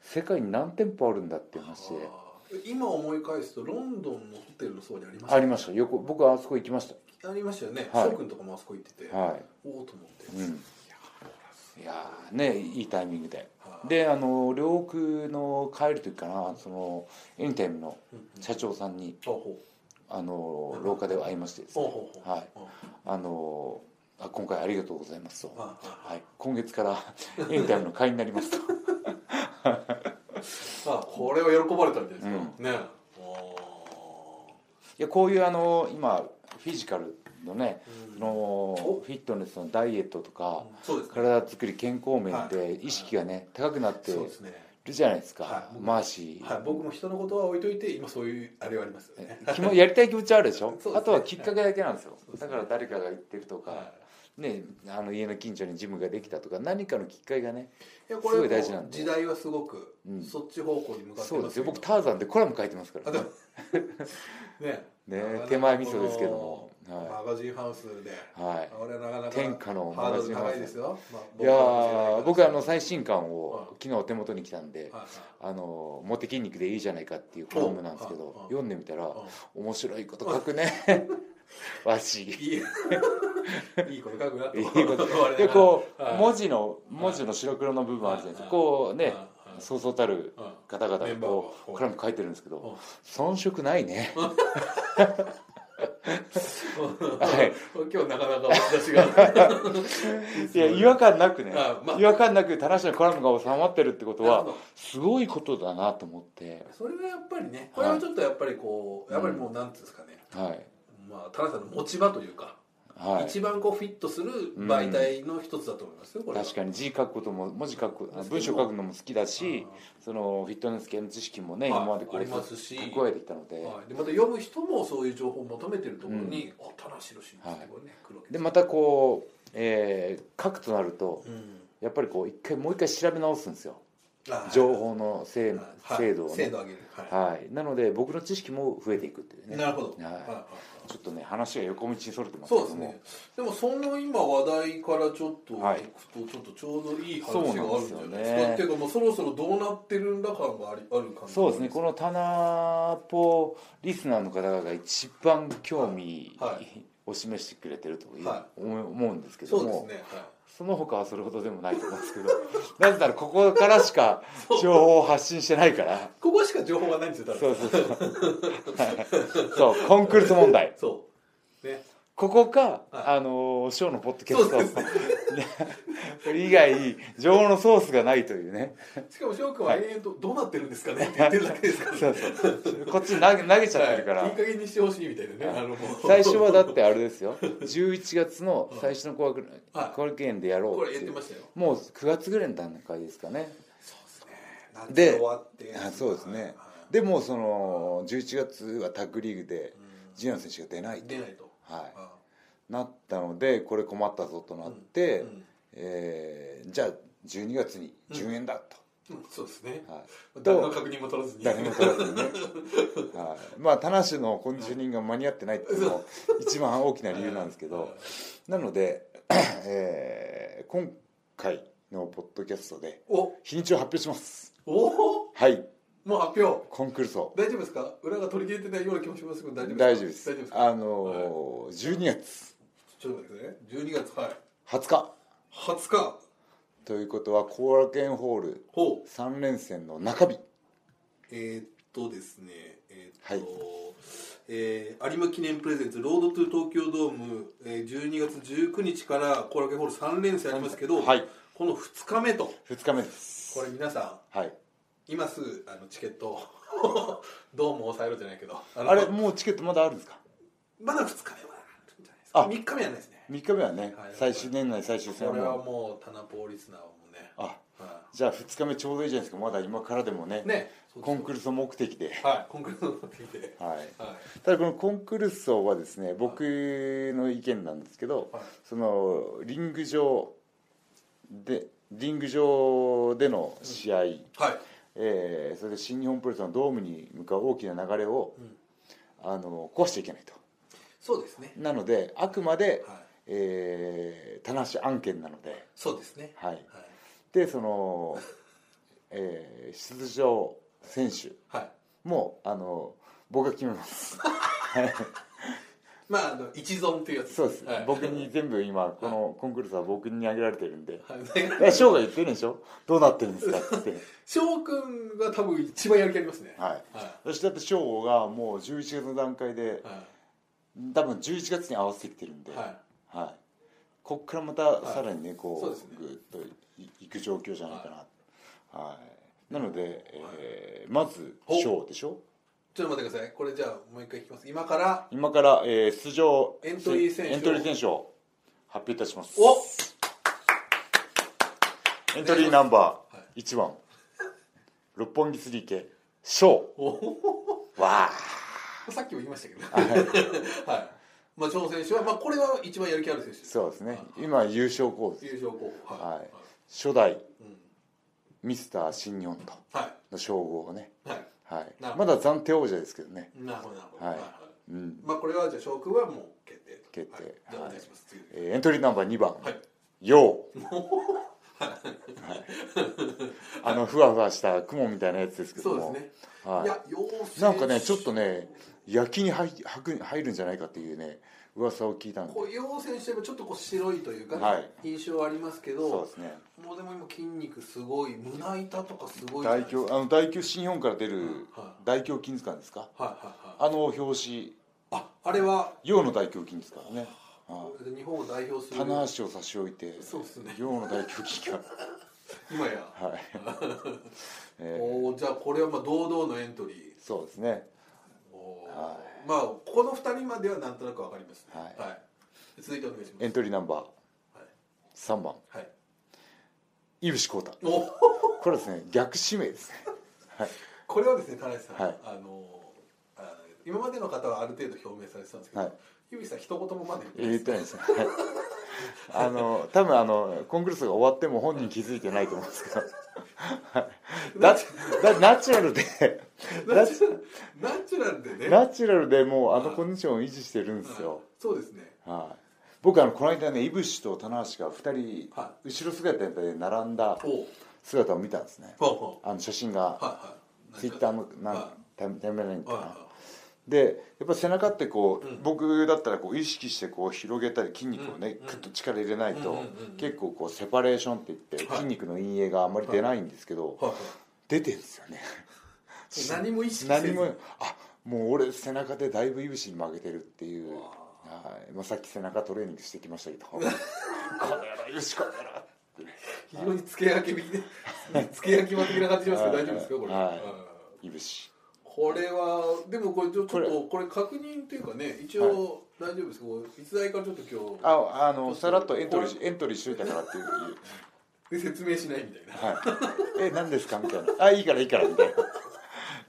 [SPEAKER 1] 世界に何店舗あるんだっていう話で
[SPEAKER 2] あー今思い返すとロンドンのホテルの層にありました
[SPEAKER 1] ありましたよく僕はあそこ行きまし
[SPEAKER 2] ありましたよね
[SPEAKER 1] はい
[SPEAKER 2] 翔くんとかもあそこ行ってて
[SPEAKER 1] たは
[SPEAKER 2] おおと思って
[SPEAKER 1] い、うん、いやーねいいタイミングで
[SPEAKER 2] はい
[SPEAKER 1] であの両国の帰る時かなそのエニタイムの
[SPEAKER 2] うんうん
[SPEAKER 1] 社長さんに
[SPEAKER 2] ほうほ
[SPEAKER 1] あの廊下で会いましてで
[SPEAKER 2] う
[SPEAKER 1] す
[SPEAKER 2] ほう
[SPEAKER 1] ね
[SPEAKER 2] ほうほう
[SPEAKER 1] はいあのあ今回ありがとうございますと、
[SPEAKER 2] うん
[SPEAKER 1] は
[SPEAKER 2] はいはい
[SPEAKER 1] い、今月から (laughs) エニタイムの会員になりますと
[SPEAKER 2] あこれは喜ばれたんじゃないですかねお
[SPEAKER 1] いやこういうあの今フィジカルのね、
[SPEAKER 2] ー
[SPEAKER 1] そのフィットネスのダイエットとか
[SPEAKER 2] うん、そうですね
[SPEAKER 1] 体作り健康面
[SPEAKER 2] は
[SPEAKER 1] で意識がね、高くなって
[SPEAKER 2] そうですね
[SPEAKER 1] るじゃないですか、
[SPEAKER 2] はい僕も
[SPEAKER 1] マーシー、
[SPEAKER 2] はい僕も人のことは置いといて今そういうあれはありますよね
[SPEAKER 1] え気もやりたい気持ちはあるでしょ
[SPEAKER 2] そうですね
[SPEAKER 1] あとはきっかけだけなんですよ、
[SPEAKER 2] そうです
[SPEAKER 1] だ
[SPEAKER 2] ね
[SPEAKER 1] から誰かが言ってるとか、
[SPEAKER 2] はい
[SPEAKER 1] ね、あの家の近所にジムができたとか何かのきっかけがね
[SPEAKER 2] いやこ
[SPEAKER 1] すご
[SPEAKER 2] れ
[SPEAKER 1] い大事なん
[SPEAKER 2] も
[SPEAKER 1] で
[SPEAKER 2] 時代はすごく
[SPEAKER 1] うん
[SPEAKER 2] そっち方向に向かって
[SPEAKER 1] そう
[SPEAKER 2] ま
[SPEAKER 1] です
[SPEAKER 2] す
[SPEAKER 1] よ
[SPEAKER 2] よ
[SPEAKER 1] 僕ターザンでコラム書いてますから
[SPEAKER 2] あでもね
[SPEAKER 1] ね
[SPEAKER 2] なかなか
[SPEAKER 1] 手前味噌ですけども
[SPEAKER 2] この
[SPEAKER 1] は
[SPEAKER 2] マガジンハウスで、
[SPEAKER 1] はい
[SPEAKER 2] 俺はなかなか
[SPEAKER 1] 天下の
[SPEAKER 2] ハ
[SPEAKER 1] マガ
[SPEAKER 2] ー
[SPEAKER 1] ジ
[SPEAKER 2] ド
[SPEAKER 1] ン
[SPEAKER 2] ル
[SPEAKER 1] ハウス
[SPEAKER 2] 高いですよ、まあ
[SPEAKER 1] いやー
[SPEAKER 2] 僕
[SPEAKER 1] 僕
[SPEAKER 2] は
[SPEAKER 1] あの最新刊を
[SPEAKER 2] は
[SPEAKER 1] 昨日お手元に来たんで、
[SPEAKER 2] はい
[SPEAKER 1] あの「モテ筋肉でいいじゃないか」っていうコラムなんですけ
[SPEAKER 2] うんう
[SPEAKER 1] ど
[SPEAKER 2] ん
[SPEAKER 1] 読んでみたら
[SPEAKER 2] はい
[SPEAKER 1] 面白いこと書くね
[SPEAKER 2] (laughs)
[SPEAKER 1] わし
[SPEAKER 2] うんいい (laughs) いいこと書くなと
[SPEAKER 1] いいこと
[SPEAKER 2] (laughs) 我々
[SPEAKER 1] でこう
[SPEAKER 2] はい
[SPEAKER 1] 文字の文字の白黒の部分あるじゃないですかこうね
[SPEAKER 2] はいはい
[SPEAKER 1] そうそうたる
[SPEAKER 2] うん
[SPEAKER 1] 方々
[SPEAKER 2] メ
[SPEAKER 1] が
[SPEAKER 2] ンバー
[SPEAKER 1] こ
[SPEAKER 2] を
[SPEAKER 1] うコラム書いてるんですけ
[SPEAKER 2] うん
[SPEAKER 1] ど遜色ないねはい
[SPEAKER 2] 今日なかなか
[SPEAKER 1] (laughs)
[SPEAKER 2] 私が
[SPEAKER 1] いや違和感なくね、
[SPEAKER 2] あまあ
[SPEAKER 1] 違和感なく田中のコラムが収まってるってこと
[SPEAKER 2] なるほ
[SPEAKER 1] は
[SPEAKER 2] ど
[SPEAKER 1] すごいことだなと思って
[SPEAKER 2] それはやっぱりねこれはちょっとやっぱりこうやっぱりもうなんていうんですかね、
[SPEAKER 1] はい
[SPEAKER 2] まあ田中さんの持ち場というか、
[SPEAKER 1] はい
[SPEAKER 2] 一番こうフィットする媒体の一つだと思いますよ、これは
[SPEAKER 1] 確かに字書くことも文字書く
[SPEAKER 2] ですけども
[SPEAKER 1] 文章書くのも好きだし
[SPEAKER 2] あ
[SPEAKER 1] そのフィットネス系の知識もね
[SPEAKER 2] はい
[SPEAKER 1] 今までこう
[SPEAKER 2] ありますし
[SPEAKER 1] 蓄えてきたので
[SPEAKER 2] はい、でまた読む人もそういう情報を求めてるところに、あ田無宏之ってこれね、黒木
[SPEAKER 1] でまたこうえー書くとなると
[SPEAKER 2] うん
[SPEAKER 1] やっぱりこう一回もう一回調べ直すんですよ
[SPEAKER 2] あ
[SPEAKER 1] 情報の精
[SPEAKER 2] はい
[SPEAKER 1] 精度を
[SPEAKER 2] 精
[SPEAKER 1] ね
[SPEAKER 2] 度を上げる、はい
[SPEAKER 1] はいなので僕の知識も増えていくっていうね
[SPEAKER 2] なるほど、
[SPEAKER 1] はい
[SPEAKER 2] はい
[SPEAKER 1] ちょっとね話が横道にそれてますけ
[SPEAKER 2] そう
[SPEAKER 1] ど
[SPEAKER 2] です
[SPEAKER 1] も
[SPEAKER 2] ねでもその今話題からちょっとい
[SPEAKER 1] はい
[SPEAKER 2] くとちょっとちょうどいい話
[SPEAKER 1] そ
[SPEAKER 2] が
[SPEAKER 1] う
[SPEAKER 2] あ
[SPEAKER 1] な
[SPEAKER 2] る
[SPEAKER 1] ん
[SPEAKER 2] ん
[SPEAKER 1] で
[SPEAKER 2] じ
[SPEAKER 1] すよ
[SPEAKER 2] ゃ
[SPEAKER 1] ね
[SPEAKER 2] ないですかっていうかもうそろそろどうなってるんだ感がありある感じ
[SPEAKER 1] そうですねこのタナポリスナーの方々が一番興味
[SPEAKER 2] はいは
[SPEAKER 1] を示してくれてるという
[SPEAKER 2] は
[SPEAKER 1] 思う思うんですけど
[SPEAKER 2] そう
[SPEAKER 1] も、
[SPEAKER 2] ですね、はい
[SPEAKER 1] その他はそれほどでもないと思うんですけど (laughs) なぜならここからしか情報を発信してないから
[SPEAKER 2] ここしか情報がないんですよ多分
[SPEAKER 1] そうそうそうはいそうコンクルート問題
[SPEAKER 2] そうね
[SPEAKER 1] ここか、あのーショーのポッドキャス (laughs)
[SPEAKER 2] そうですね
[SPEAKER 1] ト以外情報のソースがないというね
[SPEAKER 2] しかも翔くんは永遠とどうなってるんですかねって言ってるだけです (laughs) から、ね、
[SPEAKER 1] そうそうこっちに投げ投げちゃってるから、
[SPEAKER 2] はい、いい加減にしてほしいみたいなね、
[SPEAKER 1] はい
[SPEAKER 2] あのもう
[SPEAKER 1] 最初はだってあれですよ11月の最初の小学
[SPEAKER 2] はい
[SPEAKER 1] 小学園でやろ
[SPEAKER 2] こ
[SPEAKER 1] う
[SPEAKER 2] れ
[SPEAKER 1] って
[SPEAKER 2] 言っ
[SPEAKER 1] い
[SPEAKER 2] て
[SPEAKER 1] う
[SPEAKER 2] ましたよ
[SPEAKER 1] もう9月ぐらいの段階ですかね
[SPEAKER 2] そう
[SPEAKER 1] で
[SPEAKER 2] で終わって
[SPEAKER 1] あそうですね
[SPEAKER 2] は
[SPEAKER 1] でもうその11月はタッグリーグで
[SPEAKER 2] い
[SPEAKER 1] ジュニア選手が出ないと
[SPEAKER 2] 出ないと
[SPEAKER 1] は
[SPEAKER 2] あ
[SPEAKER 1] い、なったのでこれ困ったぞとなって、
[SPEAKER 2] うん
[SPEAKER 1] えーじゃあ12月に10円だと、
[SPEAKER 2] うんそうですね
[SPEAKER 1] はい、
[SPEAKER 2] 誰の確認も取らずに
[SPEAKER 1] 誰も取らず
[SPEAKER 2] (laughs)
[SPEAKER 1] にね、はい、まあ田無のコンディショニングが間に合ってないっていうのも一番大きな理由なんですけ
[SPEAKER 2] はい
[SPEAKER 1] どなので、えー今回のポッドキャストで
[SPEAKER 2] お
[SPEAKER 1] 日にちを発表します
[SPEAKER 2] おお
[SPEAKER 1] はい
[SPEAKER 2] もう発表
[SPEAKER 1] コンクルーソ
[SPEAKER 2] 大丈夫ですか裏が取り切れてないような気もしますけど大丈夫
[SPEAKER 1] 大丈夫です
[SPEAKER 2] 大丈夫ですか
[SPEAKER 1] あのー12月
[SPEAKER 2] ちょっと待ってくださいね12月はい
[SPEAKER 1] 20日
[SPEAKER 2] 20日
[SPEAKER 1] ということは後楽園ホール
[SPEAKER 2] ほう
[SPEAKER 1] 3連戦の中日
[SPEAKER 2] えー、っとですねえー、っと、
[SPEAKER 1] はい
[SPEAKER 2] えー有馬記念プレゼンツロードトゥ東京ドーム、えー、12月19日から後楽園ホール3連戦ありますけど、
[SPEAKER 1] はい
[SPEAKER 2] この2日目と
[SPEAKER 1] 2日目です
[SPEAKER 2] これ皆さん
[SPEAKER 1] はい
[SPEAKER 2] 今すぐあのチケットを (laughs) どうも抑えろじゃないけどあの
[SPEAKER 1] あれもうチケットまだあるんですか
[SPEAKER 2] まだ2日目はあるんじゃないです
[SPEAKER 1] あ
[SPEAKER 2] か3日目はないですね
[SPEAKER 1] 3日目はね
[SPEAKER 2] はい
[SPEAKER 1] 最終年内最終戦
[SPEAKER 2] こ
[SPEAKER 1] は
[SPEAKER 2] れ
[SPEAKER 1] も
[SPEAKER 2] は
[SPEAKER 1] う
[SPEAKER 2] もうタナポーリスナーはもうね
[SPEAKER 1] あ
[SPEAKER 2] は
[SPEAKER 1] じゃあ2日目ちょうどいいじゃないですかまだ今からでもね
[SPEAKER 2] いね
[SPEAKER 1] コンク
[SPEAKER 2] ル
[SPEAKER 1] ルソ目的で、
[SPEAKER 2] はいコンクルの時で
[SPEAKER 1] はい、
[SPEAKER 2] はい
[SPEAKER 1] ただこのコンクルソはですね僕の意見なんですけど
[SPEAKER 2] はい
[SPEAKER 1] そのリング上でリング上での試合、
[SPEAKER 2] はい
[SPEAKER 1] えーそれで新日本プロレスのドームに向かう大きな流れを、
[SPEAKER 2] ん
[SPEAKER 1] あの壊しちゃいけないと
[SPEAKER 2] そうですね
[SPEAKER 1] なのであくまで、
[SPEAKER 2] はい
[SPEAKER 1] えー、棚橋案件なので
[SPEAKER 2] そうですね
[SPEAKER 1] はい
[SPEAKER 2] は
[SPEAKER 1] でその、えー出場選手
[SPEAKER 2] いはい
[SPEAKER 1] もあの僕が決めます (laughs)
[SPEAKER 2] まああの一存というやつ
[SPEAKER 1] そうです、
[SPEAKER 2] はい
[SPEAKER 1] 僕に全部今このコンクルールは僕にあげられてるんで
[SPEAKER 2] はい (laughs)
[SPEAKER 1] え翔が言ってるでしょどうなってるんですかって
[SPEAKER 2] 翔くんが多分一番やる気ありますね
[SPEAKER 1] はい、
[SPEAKER 2] は
[SPEAKER 1] 私だって翔がもう11月の段階で
[SPEAKER 2] いは
[SPEAKER 1] 多分11月に合わせてきてるんで、
[SPEAKER 2] い
[SPEAKER 1] は
[SPEAKER 2] はいい
[SPEAKER 1] こっからまたさらにねこう,、
[SPEAKER 2] そうですね
[SPEAKER 1] ぐっといいく状況じゃないかなはい、なので、えーまず
[SPEAKER 2] お
[SPEAKER 1] 翔でしょ
[SPEAKER 2] ちょっと待ってくださいこれじゃあもう一回聞きます今から
[SPEAKER 1] 今から、えー出場
[SPEAKER 2] エントリー選手を
[SPEAKER 1] エントリー選手を発表いたします
[SPEAKER 2] お
[SPEAKER 1] エントリーナンバ
[SPEAKER 2] は
[SPEAKER 1] ー1番六本木 3K 翔わ
[SPEAKER 2] さっきも言いましたけど、
[SPEAKER 1] あ、はい、
[SPEAKER 2] (laughs) はい。まあ、ジョン選手は、まあ、これは一番やる気ある選手です。
[SPEAKER 1] そうですね今優勝候補です
[SPEAKER 2] 優勝候補。
[SPEAKER 1] は
[SPEAKER 2] はいい。
[SPEAKER 1] 初代
[SPEAKER 2] うん
[SPEAKER 1] ミスター新日本と
[SPEAKER 2] は
[SPEAKER 1] の称号をね、
[SPEAKER 2] い。はい。
[SPEAKER 1] はい
[SPEAKER 2] なる、ほ
[SPEAKER 1] まだ暫定王者ですけどね、
[SPEAKER 2] なるほど、なるほど。
[SPEAKER 1] はい
[SPEAKER 2] はい
[SPEAKER 1] うん
[SPEAKER 2] まあ、これは、じゃあ、翔くんはもう決定と。
[SPEAKER 1] 決定
[SPEAKER 2] はいじゃあ、お願いします。次。
[SPEAKER 1] えーエントリーナンバー2番
[SPEAKER 2] はい。
[SPEAKER 1] 陽、
[SPEAKER 2] (laughs)
[SPEAKER 1] はいあのふわふわした雲みたいなやつですけど
[SPEAKER 2] そう
[SPEAKER 1] も
[SPEAKER 2] ですね。い
[SPEAKER 1] は
[SPEAKER 2] や、陽
[SPEAKER 1] い、
[SPEAKER 2] 選
[SPEAKER 1] なんかねちょっと。ね焼きに入入る入るんじゃないかっていうね噂を聞いたので
[SPEAKER 2] こう、陽選手といえばちょっとこう、白いというかね、
[SPEAKER 1] はい
[SPEAKER 2] 印象はありますけ
[SPEAKER 1] そう
[SPEAKER 2] ど
[SPEAKER 1] で。すね
[SPEAKER 2] もう、でも、今、筋肉すごい、胸板とかすごいじゃない
[SPEAKER 1] 大
[SPEAKER 2] ですか。
[SPEAKER 1] 京あの大京新日本から出る
[SPEAKER 2] は
[SPEAKER 1] 大京金塚ですか
[SPEAKER 2] はい、はい、はい。
[SPEAKER 1] あの表紙
[SPEAKER 2] ああれは
[SPEAKER 1] 洋の大胸筋ですからねあ
[SPEAKER 2] 日本を代表する
[SPEAKER 1] 棚橋を差し置いて
[SPEAKER 2] そうっすね
[SPEAKER 1] 洋の大胸筋が
[SPEAKER 2] 今や、 (laughs)
[SPEAKER 1] はい、えー
[SPEAKER 2] おーじゃあこれはまあ堂々のエントリ
[SPEAKER 1] そうですね
[SPEAKER 2] ーおー
[SPEAKER 1] は
[SPEAKER 2] まあこの2人まではなんとなくわかりますね
[SPEAKER 1] はい
[SPEAKER 2] 続いてお願いします
[SPEAKER 1] エントリーナンバー
[SPEAKER 2] はい
[SPEAKER 1] 3番
[SPEAKER 2] はい
[SPEAKER 1] 井伏浩太
[SPEAKER 2] お (laughs) ー
[SPEAKER 1] これはですね逆指名ですね
[SPEAKER 2] これはですね田中さん、
[SPEAKER 1] はい
[SPEAKER 2] あのーあー今までの方はある程度表明されてたんですけど、
[SPEAKER 1] はい
[SPEAKER 2] ゆうきさん一言もまだ言
[SPEAKER 1] 言
[SPEAKER 2] っ
[SPEAKER 1] っててな
[SPEAKER 2] な
[SPEAKER 1] い
[SPEAKER 2] いで
[SPEAKER 1] ですすねはいあの多分あのコンクルールが終わっても本人気づいてないと思うんですけどはいだだナチュラルで
[SPEAKER 2] ナチュラルナチュラルでね
[SPEAKER 1] ナチュラルでもうあのコンディションを維持してるんですよ
[SPEAKER 2] はい、そうですね
[SPEAKER 1] はい、僕あのこの間ね井伏と棚橋が2人
[SPEAKER 2] は
[SPEAKER 1] 後ろ姿で並んだ
[SPEAKER 2] おう
[SPEAKER 1] 姿を見たんですね
[SPEAKER 2] ほうほ
[SPEAKER 1] あの写真
[SPEAKER 2] う
[SPEAKER 1] が
[SPEAKER 2] はいはい
[SPEAKER 1] ツイッターの
[SPEAKER 2] は
[SPEAKER 1] なんタイムタイムラインか
[SPEAKER 2] はい
[SPEAKER 1] な
[SPEAKER 2] は
[SPEAKER 1] でやっぱ背中ってこう、
[SPEAKER 2] うん
[SPEAKER 1] 僕だったらこう意識してこう広げたり筋肉をね
[SPEAKER 2] うん
[SPEAKER 1] グッと力入れない
[SPEAKER 2] うん
[SPEAKER 1] と
[SPEAKER 2] うんうんうん
[SPEAKER 1] 結構こうセパレーションっていって
[SPEAKER 2] はい
[SPEAKER 1] 筋肉の陰影があんまり出ないんですけど
[SPEAKER 2] いはいは
[SPEAKER 1] 出てんですよね
[SPEAKER 2] い何も意識せず
[SPEAKER 1] 何もあもう俺背中でだいぶいぶしに負けてるっていう
[SPEAKER 2] うわ
[SPEAKER 1] はいまあ、さっき背中トレーニングしてきましたけ
[SPEAKER 2] (laughs)
[SPEAKER 1] どこの野郎よしこの野郎ってね
[SPEAKER 2] 非常につけ焼き的でつけ焼きま的な感じしますけど大丈夫ですかこれ、
[SPEAKER 1] はい
[SPEAKER 2] うん
[SPEAKER 1] いぶし
[SPEAKER 2] これはでもこれちょちょっと
[SPEAKER 1] こ
[SPEAKER 2] これ確認っていうかね一応大丈夫ですかこう逸材からちょっと今日
[SPEAKER 1] ああ
[SPEAKER 2] ちょっ
[SPEAKER 1] の
[SPEAKER 2] と
[SPEAKER 1] さらっとエントリーしエントリーしといたからっていう
[SPEAKER 2] で説明しないみたいな
[SPEAKER 1] はい、え何ですかみたいな「あいいからいいから」みたいな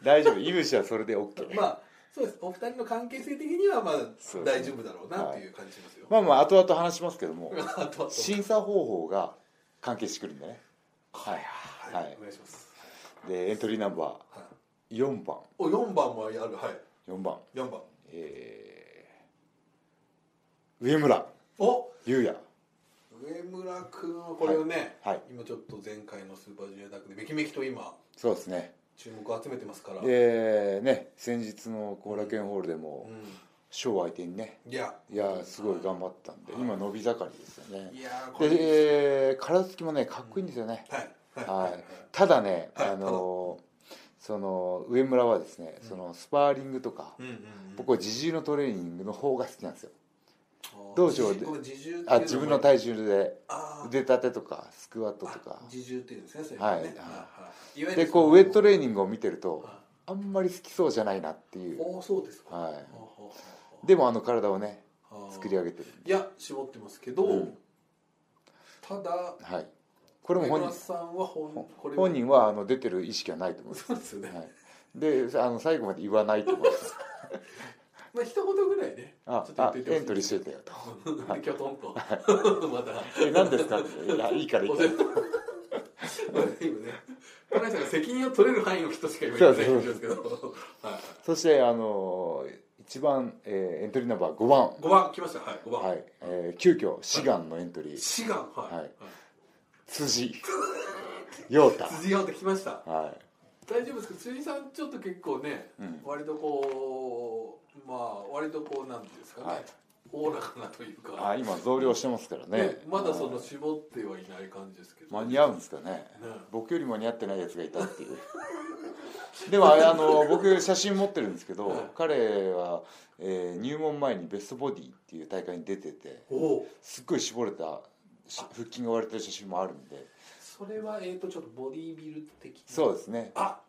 [SPEAKER 1] 大丈夫井口はそれで OK
[SPEAKER 2] まあそうですお二人の関係性的にはまあ
[SPEAKER 1] そうですね
[SPEAKER 2] 大丈夫だろうなっていう感じしますよ、
[SPEAKER 1] まあまあ後々話しますけども
[SPEAKER 2] あとあと
[SPEAKER 1] 審査方法が関係してくるんでねはい、
[SPEAKER 2] は、
[SPEAKER 1] はいい
[SPEAKER 2] お、願いします、
[SPEAKER 1] でエントリーナンバ
[SPEAKER 2] はい、
[SPEAKER 1] ー4番
[SPEAKER 2] お四番もあるはい
[SPEAKER 1] 4番
[SPEAKER 2] 四番
[SPEAKER 1] えー、上村
[SPEAKER 2] お
[SPEAKER 1] 優也
[SPEAKER 2] 上村君はこれをね、
[SPEAKER 1] はいはい
[SPEAKER 2] 今ちょっと前回のスーパージュニアダックでめきめきと今
[SPEAKER 1] そうですね
[SPEAKER 2] 注目を集めてますから
[SPEAKER 1] でね先日の後楽園ホールでも
[SPEAKER 2] う
[SPEAKER 1] 賞相手にね
[SPEAKER 2] んいや
[SPEAKER 1] いやすごい頑張ったんで今伸び盛りですよね
[SPEAKER 2] いやーこれ
[SPEAKER 1] で、えー体つきもねかっこいいんですよね、
[SPEAKER 2] はいはいはい
[SPEAKER 1] はい、ただね、
[SPEAKER 2] はい
[SPEAKER 1] あのその上村はですね、そのスパーリングとか、
[SPEAKER 2] うんうんうん
[SPEAKER 1] 僕は自重のトレーニングの方が好きなんですよ、
[SPEAKER 2] う
[SPEAKER 1] 道場であ自分の体重で
[SPEAKER 2] あー
[SPEAKER 1] 腕立てとかスクワットとか
[SPEAKER 2] あ自重っていうんですねそれね
[SPEAKER 1] はい
[SPEAKER 2] いいわゆる
[SPEAKER 1] でこうウエット
[SPEAKER 2] レ
[SPEAKER 1] レーニングを見てると
[SPEAKER 2] あ
[SPEAKER 1] あんまり好きそうじゃないなっていう、
[SPEAKER 2] おーそうですか
[SPEAKER 1] は
[SPEAKER 2] ほうほうほうほ
[SPEAKER 1] い、でもあの体をね
[SPEAKER 2] うあー
[SPEAKER 1] 作り上げてる
[SPEAKER 2] いや絞ってますけど、
[SPEAKER 1] うん
[SPEAKER 2] ただ
[SPEAKER 1] はいこれも
[SPEAKER 2] 上
[SPEAKER 1] 本
[SPEAKER 2] 村
[SPEAKER 1] 人
[SPEAKER 2] さんは本これは
[SPEAKER 1] 本人はあの出てる意識はないと思います、
[SPEAKER 2] そうですよね、
[SPEAKER 1] はい、であの最後まで言わないと思います
[SPEAKER 2] (laughs) まあ一言ぐらいね
[SPEAKER 1] あ
[SPEAKER 2] ちょっと言っ
[SPEAKER 1] あ
[SPEAKER 2] といてほしい
[SPEAKER 1] エントリーしてたよと
[SPEAKER 2] できょとんと
[SPEAKER 1] (laughs)
[SPEAKER 2] また
[SPEAKER 1] え何ですかっていやいいからいいから
[SPEAKER 2] 今ね金井さんが責任を取れる範囲の人しか今言ってないんですけど、はい、
[SPEAKER 1] そしてあの一番、えーエントリーナンバー5番
[SPEAKER 2] 5番来ましたはい5番、
[SPEAKER 1] はい、えー急遽志願のエントリー
[SPEAKER 2] 志願はい、
[SPEAKER 1] はい辻陽太
[SPEAKER 2] 辻よって来ました
[SPEAKER 1] は
[SPEAKER 2] 大丈夫ですか辻さんちょっと結構ね、
[SPEAKER 1] うん
[SPEAKER 2] 割とこうまあ割とこうなんていうんですかね
[SPEAKER 1] はい
[SPEAKER 2] おお、らかなというか
[SPEAKER 1] いあ今増量してますからね
[SPEAKER 2] ねまだその
[SPEAKER 1] はい
[SPEAKER 2] 絞ってはいない感じですけど
[SPEAKER 1] 間に合うんですかね
[SPEAKER 2] ね
[SPEAKER 1] 僕より間に合ってないやつがいたっていうでもあれあの僕写真持ってるんですけ
[SPEAKER 2] はい
[SPEAKER 1] ど彼は、えー入門前にベストボディっていう大会に出てて
[SPEAKER 2] おお
[SPEAKER 1] すっごい絞れたし腹筋が割れてる写真もあるんで
[SPEAKER 2] それはえっ、とちょっとボディービル的な
[SPEAKER 1] そうですね
[SPEAKER 2] あ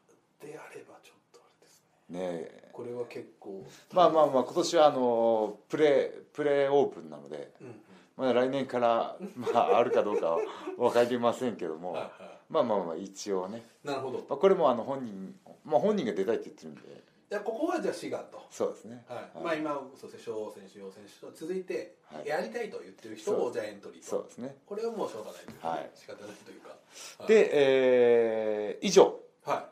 [SPEAKER 2] であればちょっとあれですね
[SPEAKER 1] ねえ
[SPEAKER 2] これは結構
[SPEAKER 1] まあまあまあ今年はあのプレプレオープンなので、
[SPEAKER 2] うんうん
[SPEAKER 1] まあ、来年から (laughs) まああるかどうかは分かりませんけども
[SPEAKER 2] はいは
[SPEAKER 1] まあまあまあ一応ね、
[SPEAKER 2] いなるほどい
[SPEAKER 1] まあ、これもあの本人、まあ、本人が出たいって言ってるんで
[SPEAKER 2] やここはじゃあ志願と
[SPEAKER 1] そうですね、
[SPEAKER 2] はい、
[SPEAKER 1] はい
[SPEAKER 2] まあ今そうですね小選手陽選手と続いて、
[SPEAKER 1] はい
[SPEAKER 2] やりたいと言ってる人
[SPEAKER 1] そ
[SPEAKER 2] を
[SPEAKER 1] う
[SPEAKER 2] じゃあエントリー
[SPEAKER 1] そう
[SPEAKER 2] と
[SPEAKER 1] ですね
[SPEAKER 2] これはもうしょうがないというか、
[SPEAKER 1] はい
[SPEAKER 2] 仕方ないというかはい
[SPEAKER 1] で、えー以上
[SPEAKER 2] は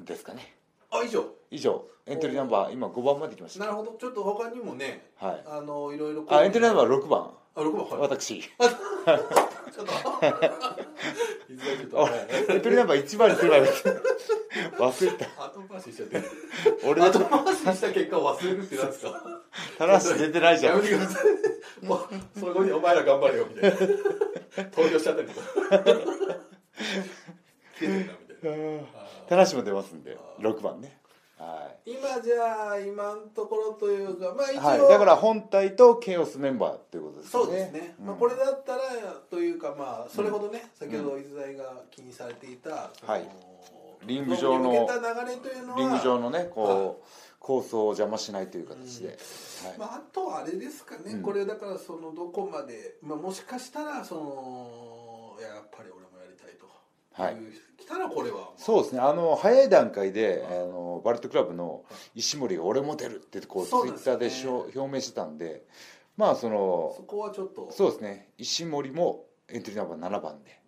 [SPEAKER 1] ですかね
[SPEAKER 2] いあ以上
[SPEAKER 1] 以上エントリーナンバー今5番まで来まし
[SPEAKER 2] なるほどちょっと他にもね
[SPEAKER 1] たはい
[SPEAKER 2] あのいろいろこう
[SPEAKER 1] あエントリーナンバー6番
[SPEAKER 2] あ6番はい
[SPEAKER 1] 私
[SPEAKER 2] ちょっといず
[SPEAKER 1] (laughs)
[SPEAKER 2] れちょっとはい
[SPEAKER 1] エントリーナンバー1番にすればよかった忘れた
[SPEAKER 2] 後回ししちゃって
[SPEAKER 1] 俺だ
[SPEAKER 2] 後
[SPEAKER 1] と
[SPEAKER 2] 回しした結果を忘れるってなんですか
[SPEAKER 1] (laughs) 棚橋出てないじゃ
[SPEAKER 2] や
[SPEAKER 1] ん
[SPEAKER 2] めてくださいもうそこにお前ら頑張れよみ
[SPEAKER 1] (laughs)
[SPEAKER 2] たいな投票しちゃったりとか (laughs) 消えてるなみたいな
[SPEAKER 1] うん
[SPEAKER 2] あー
[SPEAKER 1] 田無も出ますんで
[SPEAKER 2] あー
[SPEAKER 1] 6番ねはい
[SPEAKER 2] 今じゃあ今のところというかまあ一応、
[SPEAKER 1] はい、だから本体とケイオスメンバーっていうことですよね
[SPEAKER 2] そうですね、
[SPEAKER 1] うん
[SPEAKER 2] まあ、これだったらというかまあそれほどね、先ほど伊豆大が気にされていた、その
[SPEAKER 1] はいリング上の
[SPEAKER 2] に向けた流れというのは
[SPEAKER 1] リング上のねこう、構想を邪魔しないという形で、はい
[SPEAKER 2] まあ、あとはあれですかね、
[SPEAKER 1] うん
[SPEAKER 2] これだからそのどこまで、まあ、もしかしたらそのいややっぱり俺もやりたいと、
[SPEAKER 1] はい
[SPEAKER 2] いう人来たらこれはもう
[SPEAKER 1] そうですねあの早い段階で、あのバレットクラブの石森が「俺も出る」ってこうツ
[SPEAKER 2] そう
[SPEAKER 1] イ
[SPEAKER 2] なんで
[SPEAKER 1] ッ
[SPEAKER 2] す
[SPEAKER 1] タ
[SPEAKER 2] ね
[SPEAKER 1] ーでしょ表明してたんでまあそ
[SPEAKER 2] そ
[SPEAKER 1] の
[SPEAKER 2] こはちょっと
[SPEAKER 1] そうですね石森もエントリーナンバー7番で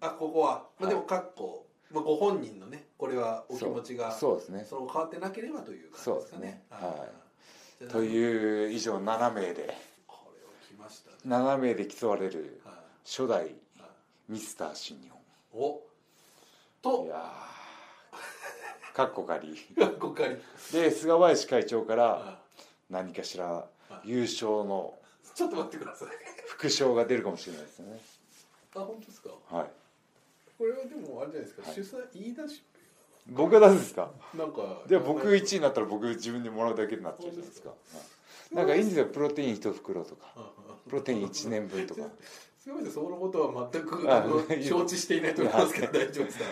[SPEAKER 2] あここは、まあ、
[SPEAKER 1] はい
[SPEAKER 2] でもかっこ、まあ、ご本人のねこれはお気持ちが
[SPEAKER 1] そうそうですね
[SPEAKER 2] その変わってなければという感じですか
[SPEAKER 1] そ
[SPEAKER 2] ね
[SPEAKER 1] うですねはい
[SPEAKER 2] い
[SPEAKER 1] と
[SPEAKER 2] う
[SPEAKER 1] いう以上7名で
[SPEAKER 2] これを来ましたね
[SPEAKER 1] 7名で競われる
[SPEAKER 2] はい
[SPEAKER 1] 初代
[SPEAKER 2] はい
[SPEAKER 1] ミスター新日
[SPEAKER 2] お
[SPEAKER 1] 本い
[SPEAKER 2] と
[SPEAKER 1] やーかっこかり
[SPEAKER 2] 学校かり
[SPEAKER 1] で菅林会長から
[SPEAKER 2] あ
[SPEAKER 1] 何かしら
[SPEAKER 2] い
[SPEAKER 1] 優勝の
[SPEAKER 2] ちょっと待ってください
[SPEAKER 1] 副賞が出るかもしれないですよね
[SPEAKER 2] あ本当ですか
[SPEAKER 1] はい
[SPEAKER 2] これはでもあれじゃないですか、
[SPEAKER 1] はい
[SPEAKER 2] 主催言い出し
[SPEAKER 1] 僕が出すんですか
[SPEAKER 2] なんか
[SPEAKER 1] で僕1位になったら僕自分でもらうだけになっちゃうじゃないですか、はいなんかいいんですよプロテイン1袋とか
[SPEAKER 2] うんうん
[SPEAKER 1] プロテイン1年分とか
[SPEAKER 2] (laughs) すみませんそのことは全く
[SPEAKER 1] あ
[SPEAKER 2] あの
[SPEAKER 1] いい
[SPEAKER 2] 承知していないと思いますけど大丈夫ですか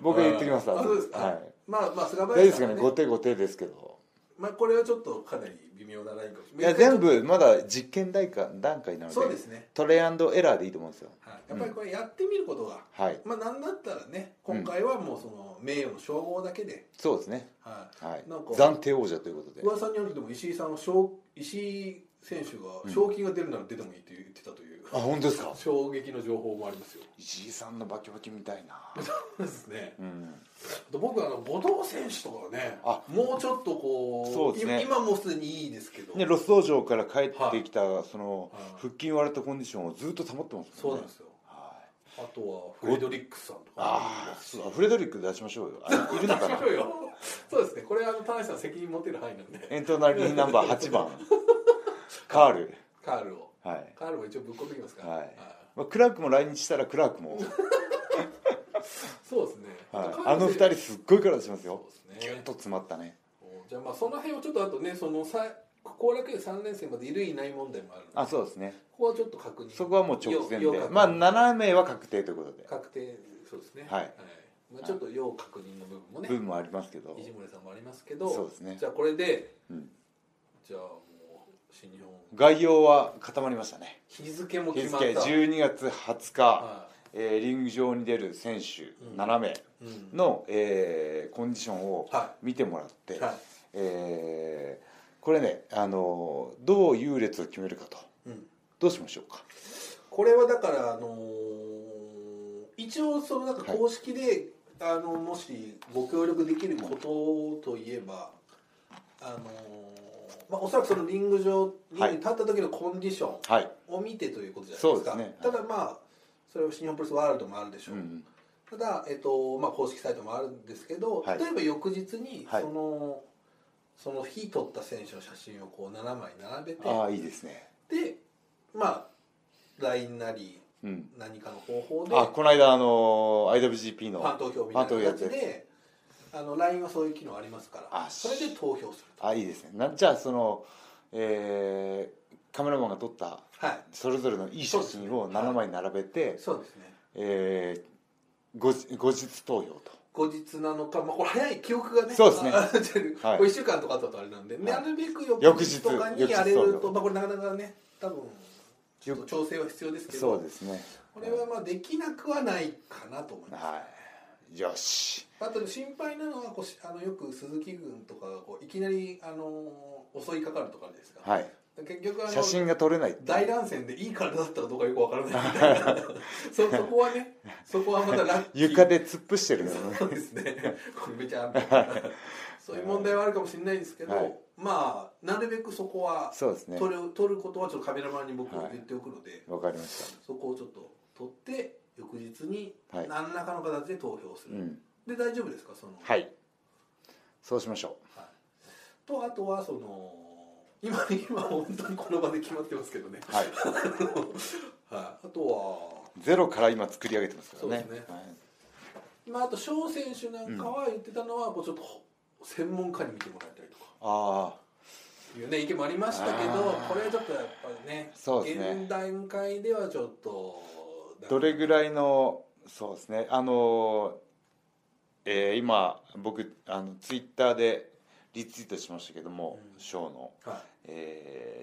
[SPEAKER 1] 僕が言ってきます
[SPEAKER 2] あそうですか、
[SPEAKER 1] はい
[SPEAKER 2] まあまあ菅
[SPEAKER 1] 大丈夫で
[SPEAKER 2] 林
[SPEAKER 1] す
[SPEAKER 2] さ
[SPEAKER 1] か
[SPEAKER 2] ん
[SPEAKER 1] ね
[SPEAKER 2] は
[SPEAKER 1] 後手後手ですけど
[SPEAKER 2] まあこれはちょっとかなり微妙なラインかもし
[SPEAKER 1] い
[SPEAKER 2] れない
[SPEAKER 1] や全部まだ実験段階段階なので
[SPEAKER 2] そうですね
[SPEAKER 1] トレイアンドエラーでいいと思うんですよ
[SPEAKER 2] はい、やっぱりこれやってみることが、
[SPEAKER 1] はい
[SPEAKER 2] まあなんだったらね今回はもうその名誉の称号だけで、
[SPEAKER 1] そうですね
[SPEAKER 2] はい
[SPEAKER 1] はい
[SPEAKER 2] なんか
[SPEAKER 1] 暫定王者ということで
[SPEAKER 2] 噂によるとでも石井さんは賞石井選手が賞金が出るなら出てもいいと言ってたという、
[SPEAKER 1] あ本当ですか
[SPEAKER 2] 衝撃の情報もありますよ
[SPEAKER 1] 石井さんのバキバキみたいな
[SPEAKER 2] そうですね
[SPEAKER 1] うん
[SPEAKER 2] あと僕あの後藤選手とかはね
[SPEAKER 1] あ
[SPEAKER 2] もうちょっとこう
[SPEAKER 1] そうですね
[SPEAKER 2] い今もうすでにいいですけど、
[SPEAKER 1] ね、ロス道場から帰ってきた、その
[SPEAKER 2] はい
[SPEAKER 1] 腹筋割れたコンディションをずっと保ってますもんね
[SPEAKER 2] そうなんですよ
[SPEAKER 1] はい
[SPEAKER 2] あとはフレドリックスさんとか
[SPEAKER 1] ああそうフレドリック出しましょうよあ
[SPEAKER 2] (laughs)
[SPEAKER 1] いるのかな
[SPEAKER 2] 面白いよそうですねこれあの田中さん責任持てる範囲なんで
[SPEAKER 1] エントナリーナンバー8番
[SPEAKER 2] (laughs)
[SPEAKER 1] カール
[SPEAKER 2] カールを
[SPEAKER 1] はい、
[SPEAKER 2] カールも一応ぶっ込んできますから、
[SPEAKER 1] はい
[SPEAKER 2] あ
[SPEAKER 1] まあ、クラークも来日したらクラークも、
[SPEAKER 2] ーそうですね、
[SPEAKER 1] はい
[SPEAKER 2] と、カ
[SPEAKER 1] あ
[SPEAKER 2] ール
[SPEAKER 1] の2
[SPEAKER 2] 選
[SPEAKER 1] 人すっごい体しますよ
[SPEAKER 2] そうです
[SPEAKER 1] ギ
[SPEAKER 2] ね
[SPEAKER 1] ュッと詰まったね
[SPEAKER 2] じゃあまあその辺をちょっとあとねそのさ後楽園3連戦までいるいない問題もあるので
[SPEAKER 1] あそうですね
[SPEAKER 2] ここはちょっと確認
[SPEAKER 1] そこはもう直前で
[SPEAKER 2] 要要確認
[SPEAKER 1] まあ7名は確定ということで
[SPEAKER 2] 確定そうですね
[SPEAKER 1] はい
[SPEAKER 2] まあ、ちょっと要確認の部分もね
[SPEAKER 1] 分もありますけど
[SPEAKER 2] 石森さんもありますけど
[SPEAKER 1] そうですね
[SPEAKER 2] じゃあこれで、
[SPEAKER 1] うん
[SPEAKER 2] じゃあもう新日本
[SPEAKER 1] 概要は固まりましたね
[SPEAKER 2] 日付も
[SPEAKER 1] 日
[SPEAKER 2] 決まっ
[SPEAKER 1] 付
[SPEAKER 2] た
[SPEAKER 1] 12月20日、
[SPEAKER 2] は
[SPEAKER 1] えーリング上に出る選手
[SPEAKER 2] うん
[SPEAKER 1] 7名
[SPEAKER 2] いうん
[SPEAKER 1] の、えーコンディションを
[SPEAKER 2] は
[SPEAKER 1] 見てもらって、
[SPEAKER 2] いは
[SPEAKER 1] えーこれねあのどう優劣を決めるかと
[SPEAKER 2] い、うん、
[SPEAKER 1] どうしましょうか
[SPEAKER 2] これはだからあのー一応そのなんか公式で、あのもしご協力できることといえばあのーまあ、おそらくそのリング上リングに立った時のコンディション
[SPEAKER 1] はい、
[SPEAKER 2] を見てということじゃないですか
[SPEAKER 1] そうですね
[SPEAKER 2] ただまあそれは新日本プロレスワールドもあるでしょ
[SPEAKER 1] う
[SPEAKER 2] う、
[SPEAKER 1] ん、
[SPEAKER 2] ただ、えっとまあ、公式サイトもあるんですけど、
[SPEAKER 1] はい
[SPEAKER 2] 例えば翌日に
[SPEAKER 1] はい
[SPEAKER 2] その,、その日撮った選手の写真をこう7枚並べて
[SPEAKER 1] ああいいですね
[SPEAKER 2] でまあ LINE なり
[SPEAKER 1] うん
[SPEAKER 2] 何かの方法で
[SPEAKER 1] あこの間あの IWGP
[SPEAKER 2] フ
[SPEAKER 1] の
[SPEAKER 2] ァン投票みたい
[SPEAKER 1] ファ
[SPEAKER 2] な
[SPEAKER 1] ン投票やっ
[SPEAKER 2] 形
[SPEAKER 1] てる
[SPEAKER 2] であの LINE はそういう機能ありますから
[SPEAKER 1] あ
[SPEAKER 2] それで投票する
[SPEAKER 1] あいいですねなじゃあその、えーカメラマンが撮った
[SPEAKER 2] とはい
[SPEAKER 1] それぞれのいい写真を7枚並べて、
[SPEAKER 2] そうですね
[SPEAKER 1] えー後日後日投票と
[SPEAKER 2] 後日なのか、まあ、これ早い記憶がね
[SPEAKER 1] そうですね
[SPEAKER 2] あ (laughs) 出る
[SPEAKER 1] はい
[SPEAKER 2] これ1週間とかだとあれなんで、
[SPEAKER 1] い
[SPEAKER 2] なるべく
[SPEAKER 1] 翌
[SPEAKER 2] 翌
[SPEAKER 1] 日
[SPEAKER 2] 日とかにやれ
[SPEAKER 1] 翌
[SPEAKER 2] る
[SPEAKER 1] 日そ
[SPEAKER 2] と、
[SPEAKER 1] う
[SPEAKER 2] まあ、これなかなかね多分ちょっと
[SPEAKER 1] よ
[SPEAKER 2] 調整は必要ですけど
[SPEAKER 1] そうですね
[SPEAKER 2] これはまあできなくはないかなと思います、
[SPEAKER 1] はいよし
[SPEAKER 2] あと心配なのはこうしあのよく鈴木軍とかがこういきなり、あのー襲いかかるとかあるじゃないですか、
[SPEAKER 1] はい
[SPEAKER 2] 結局あの
[SPEAKER 1] 写真が撮れないって
[SPEAKER 2] 大乱戦でいい体だったかどうかよくわからないみたい
[SPEAKER 1] (laughs)
[SPEAKER 2] なそそこはねそこはまたラッキー
[SPEAKER 1] 床で突っ伏してるのね
[SPEAKER 2] そうですねこれめちゃ雨そういう問題はあるかもしれないですけど、
[SPEAKER 1] はい
[SPEAKER 2] まあなるべくそこは
[SPEAKER 1] そうですね
[SPEAKER 2] 撮る,、撮ることはちょっとカメラマンに僕
[SPEAKER 1] はい
[SPEAKER 2] は言っておくので、
[SPEAKER 1] わかりまし
[SPEAKER 2] そこをちょっと撮って翌日に
[SPEAKER 1] はい
[SPEAKER 2] 何らかの形で投票す
[SPEAKER 1] たう
[SPEAKER 2] る、
[SPEAKER 1] ん
[SPEAKER 2] で大丈夫ですかその、
[SPEAKER 1] はいそうしましょ
[SPEAKER 2] はいとあとはその今今本当にこの場で決まってますけどね、
[SPEAKER 1] う (laughs) はい
[SPEAKER 2] はい、あとは
[SPEAKER 1] ゼロから今作り上げてますからね
[SPEAKER 2] そうです
[SPEAKER 1] はい
[SPEAKER 2] まあ、あと翔選手なんかは言ってたのは、こうちょっとほ専門家に見てもらいたいとか
[SPEAKER 1] ああ
[SPEAKER 2] いうね意見もありましたけど
[SPEAKER 1] あー
[SPEAKER 2] これはちょっとやっぱりね
[SPEAKER 1] そうですね
[SPEAKER 2] 現段階ではちょっと
[SPEAKER 1] どれぐ
[SPEAKER 2] い
[SPEAKER 1] らいのそうですねあの、えー今僕あのツイッターでリツイートしましたけども、
[SPEAKER 2] うん
[SPEAKER 1] ショーの、
[SPEAKER 2] は
[SPEAKER 1] えー、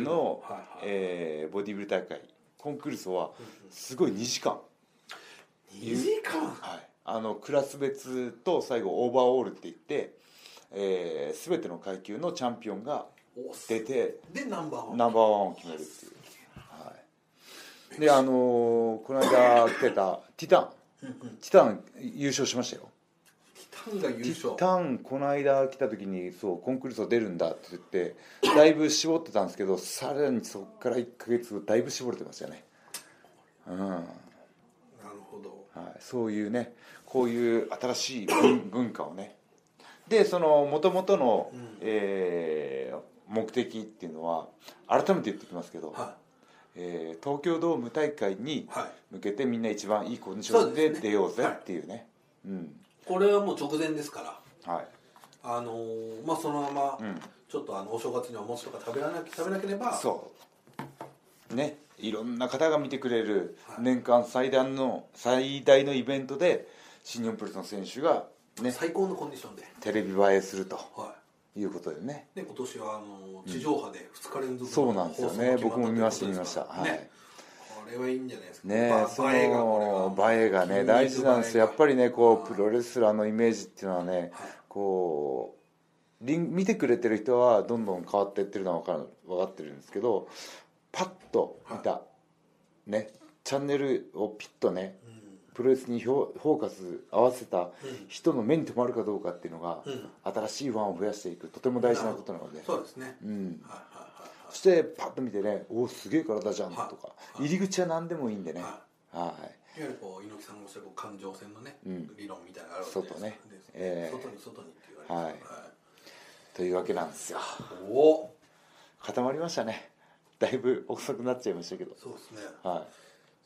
[SPEAKER 1] CMLL の、
[SPEAKER 2] はいはい
[SPEAKER 1] えーボディビル大会コンクールソは
[SPEAKER 2] うん
[SPEAKER 1] すごい2時間、
[SPEAKER 2] うん2時間
[SPEAKER 1] はい、あのクラス別と最後オーバーオールって言って、えー、全ての階級のチャンピオンが
[SPEAKER 2] おす
[SPEAKER 1] 出て
[SPEAKER 2] でナンバーワン
[SPEAKER 1] ナンバーワンを決めるっていう、はい、であのーこの間出たティタン
[SPEAKER 2] うんうん
[SPEAKER 1] ティタン優勝しましたよ
[SPEAKER 2] ティタンが優
[SPEAKER 1] テ
[SPEAKER 2] 勝
[SPEAKER 1] ィタンこの間来た時にそうコンクールソ出るんだって言ってだいぶ絞ってたんですけどさらにそこから1ヶ月後だいぶ絞れてましたねうん、は
[SPEAKER 2] なるほど
[SPEAKER 1] い、そういうねこういう新しい文文化をねでそのもともとの、
[SPEAKER 2] うん
[SPEAKER 1] えー目的っていうのは改めて言ってきますけど、
[SPEAKER 2] は
[SPEAKER 1] えー東京ドーム大会に
[SPEAKER 2] いはい
[SPEAKER 1] 向けてみんな一番いいコンディションで
[SPEAKER 2] そうですね
[SPEAKER 1] 出ようぜっていうねうん
[SPEAKER 2] これはもう直前ですから
[SPEAKER 1] はい
[SPEAKER 2] あのーまあそのまま、
[SPEAKER 1] うん
[SPEAKER 2] ちょっとあのお正月にはお餅とか食べらなき食べなければ
[SPEAKER 1] そうねいろんな方が見てくれる
[SPEAKER 2] はい
[SPEAKER 1] 年間最大の最大のイベントで新日本プロレスの選手がね
[SPEAKER 2] 最高のコンディションで、
[SPEAKER 1] テレビ映えすると
[SPEAKER 2] は
[SPEAKER 1] いうことでね
[SPEAKER 2] い、で今年はあのー地上波で2日連続
[SPEAKER 1] そうなんですよね
[SPEAKER 2] 放送が決
[SPEAKER 1] 僕も見ました
[SPEAKER 2] っ
[SPEAKER 1] 見
[SPEAKER 2] て
[SPEAKER 1] ま
[SPEAKER 2] こ
[SPEAKER 1] し
[SPEAKER 2] と
[SPEAKER 1] た
[SPEAKER 2] ですから
[SPEAKER 1] は
[SPEAKER 2] ね
[SPEAKER 1] い
[SPEAKER 2] これはいいんじゃないですか
[SPEAKER 1] ね
[SPEAKER 2] ば
[SPEAKER 1] その
[SPEAKER 2] 映えがこれは
[SPEAKER 1] 映えがね大事なんですよやっぱりねこうプロ
[SPEAKER 2] レ
[SPEAKER 1] レスラーのイメージっていうのはね
[SPEAKER 2] はい
[SPEAKER 1] こうリン見てくれてる人はどんどん変わっていってるのは分かる分かってるんですけどパッと見た、ねチャンネルをピッとねプロレスにひょフォーカス合わせた人の目に留まるかどうかっていうのが、
[SPEAKER 2] うん
[SPEAKER 1] 新しいファンを増やしていくとても大事なことなので
[SPEAKER 2] そうですね、
[SPEAKER 1] うん、
[SPEAKER 2] はいはいはい
[SPEAKER 1] そしてパッと見てね「おおすげえ体じゃん」と
[SPEAKER 2] はい
[SPEAKER 1] か入り口は何でもいいんでね
[SPEAKER 2] はい
[SPEAKER 1] は
[SPEAKER 2] はいいわゆるこう猪木さんがおっしゃるこう環状線のね、
[SPEAKER 1] うん
[SPEAKER 2] 理論みたいなのあるわけじゃないですか
[SPEAKER 1] 外ねええ
[SPEAKER 2] 外に外にって言われてますはい
[SPEAKER 1] いというわけなんですよ
[SPEAKER 2] お
[SPEAKER 1] 固まりましたねだいぶ遅くなっちゃいましたけど
[SPEAKER 2] そうですね
[SPEAKER 1] は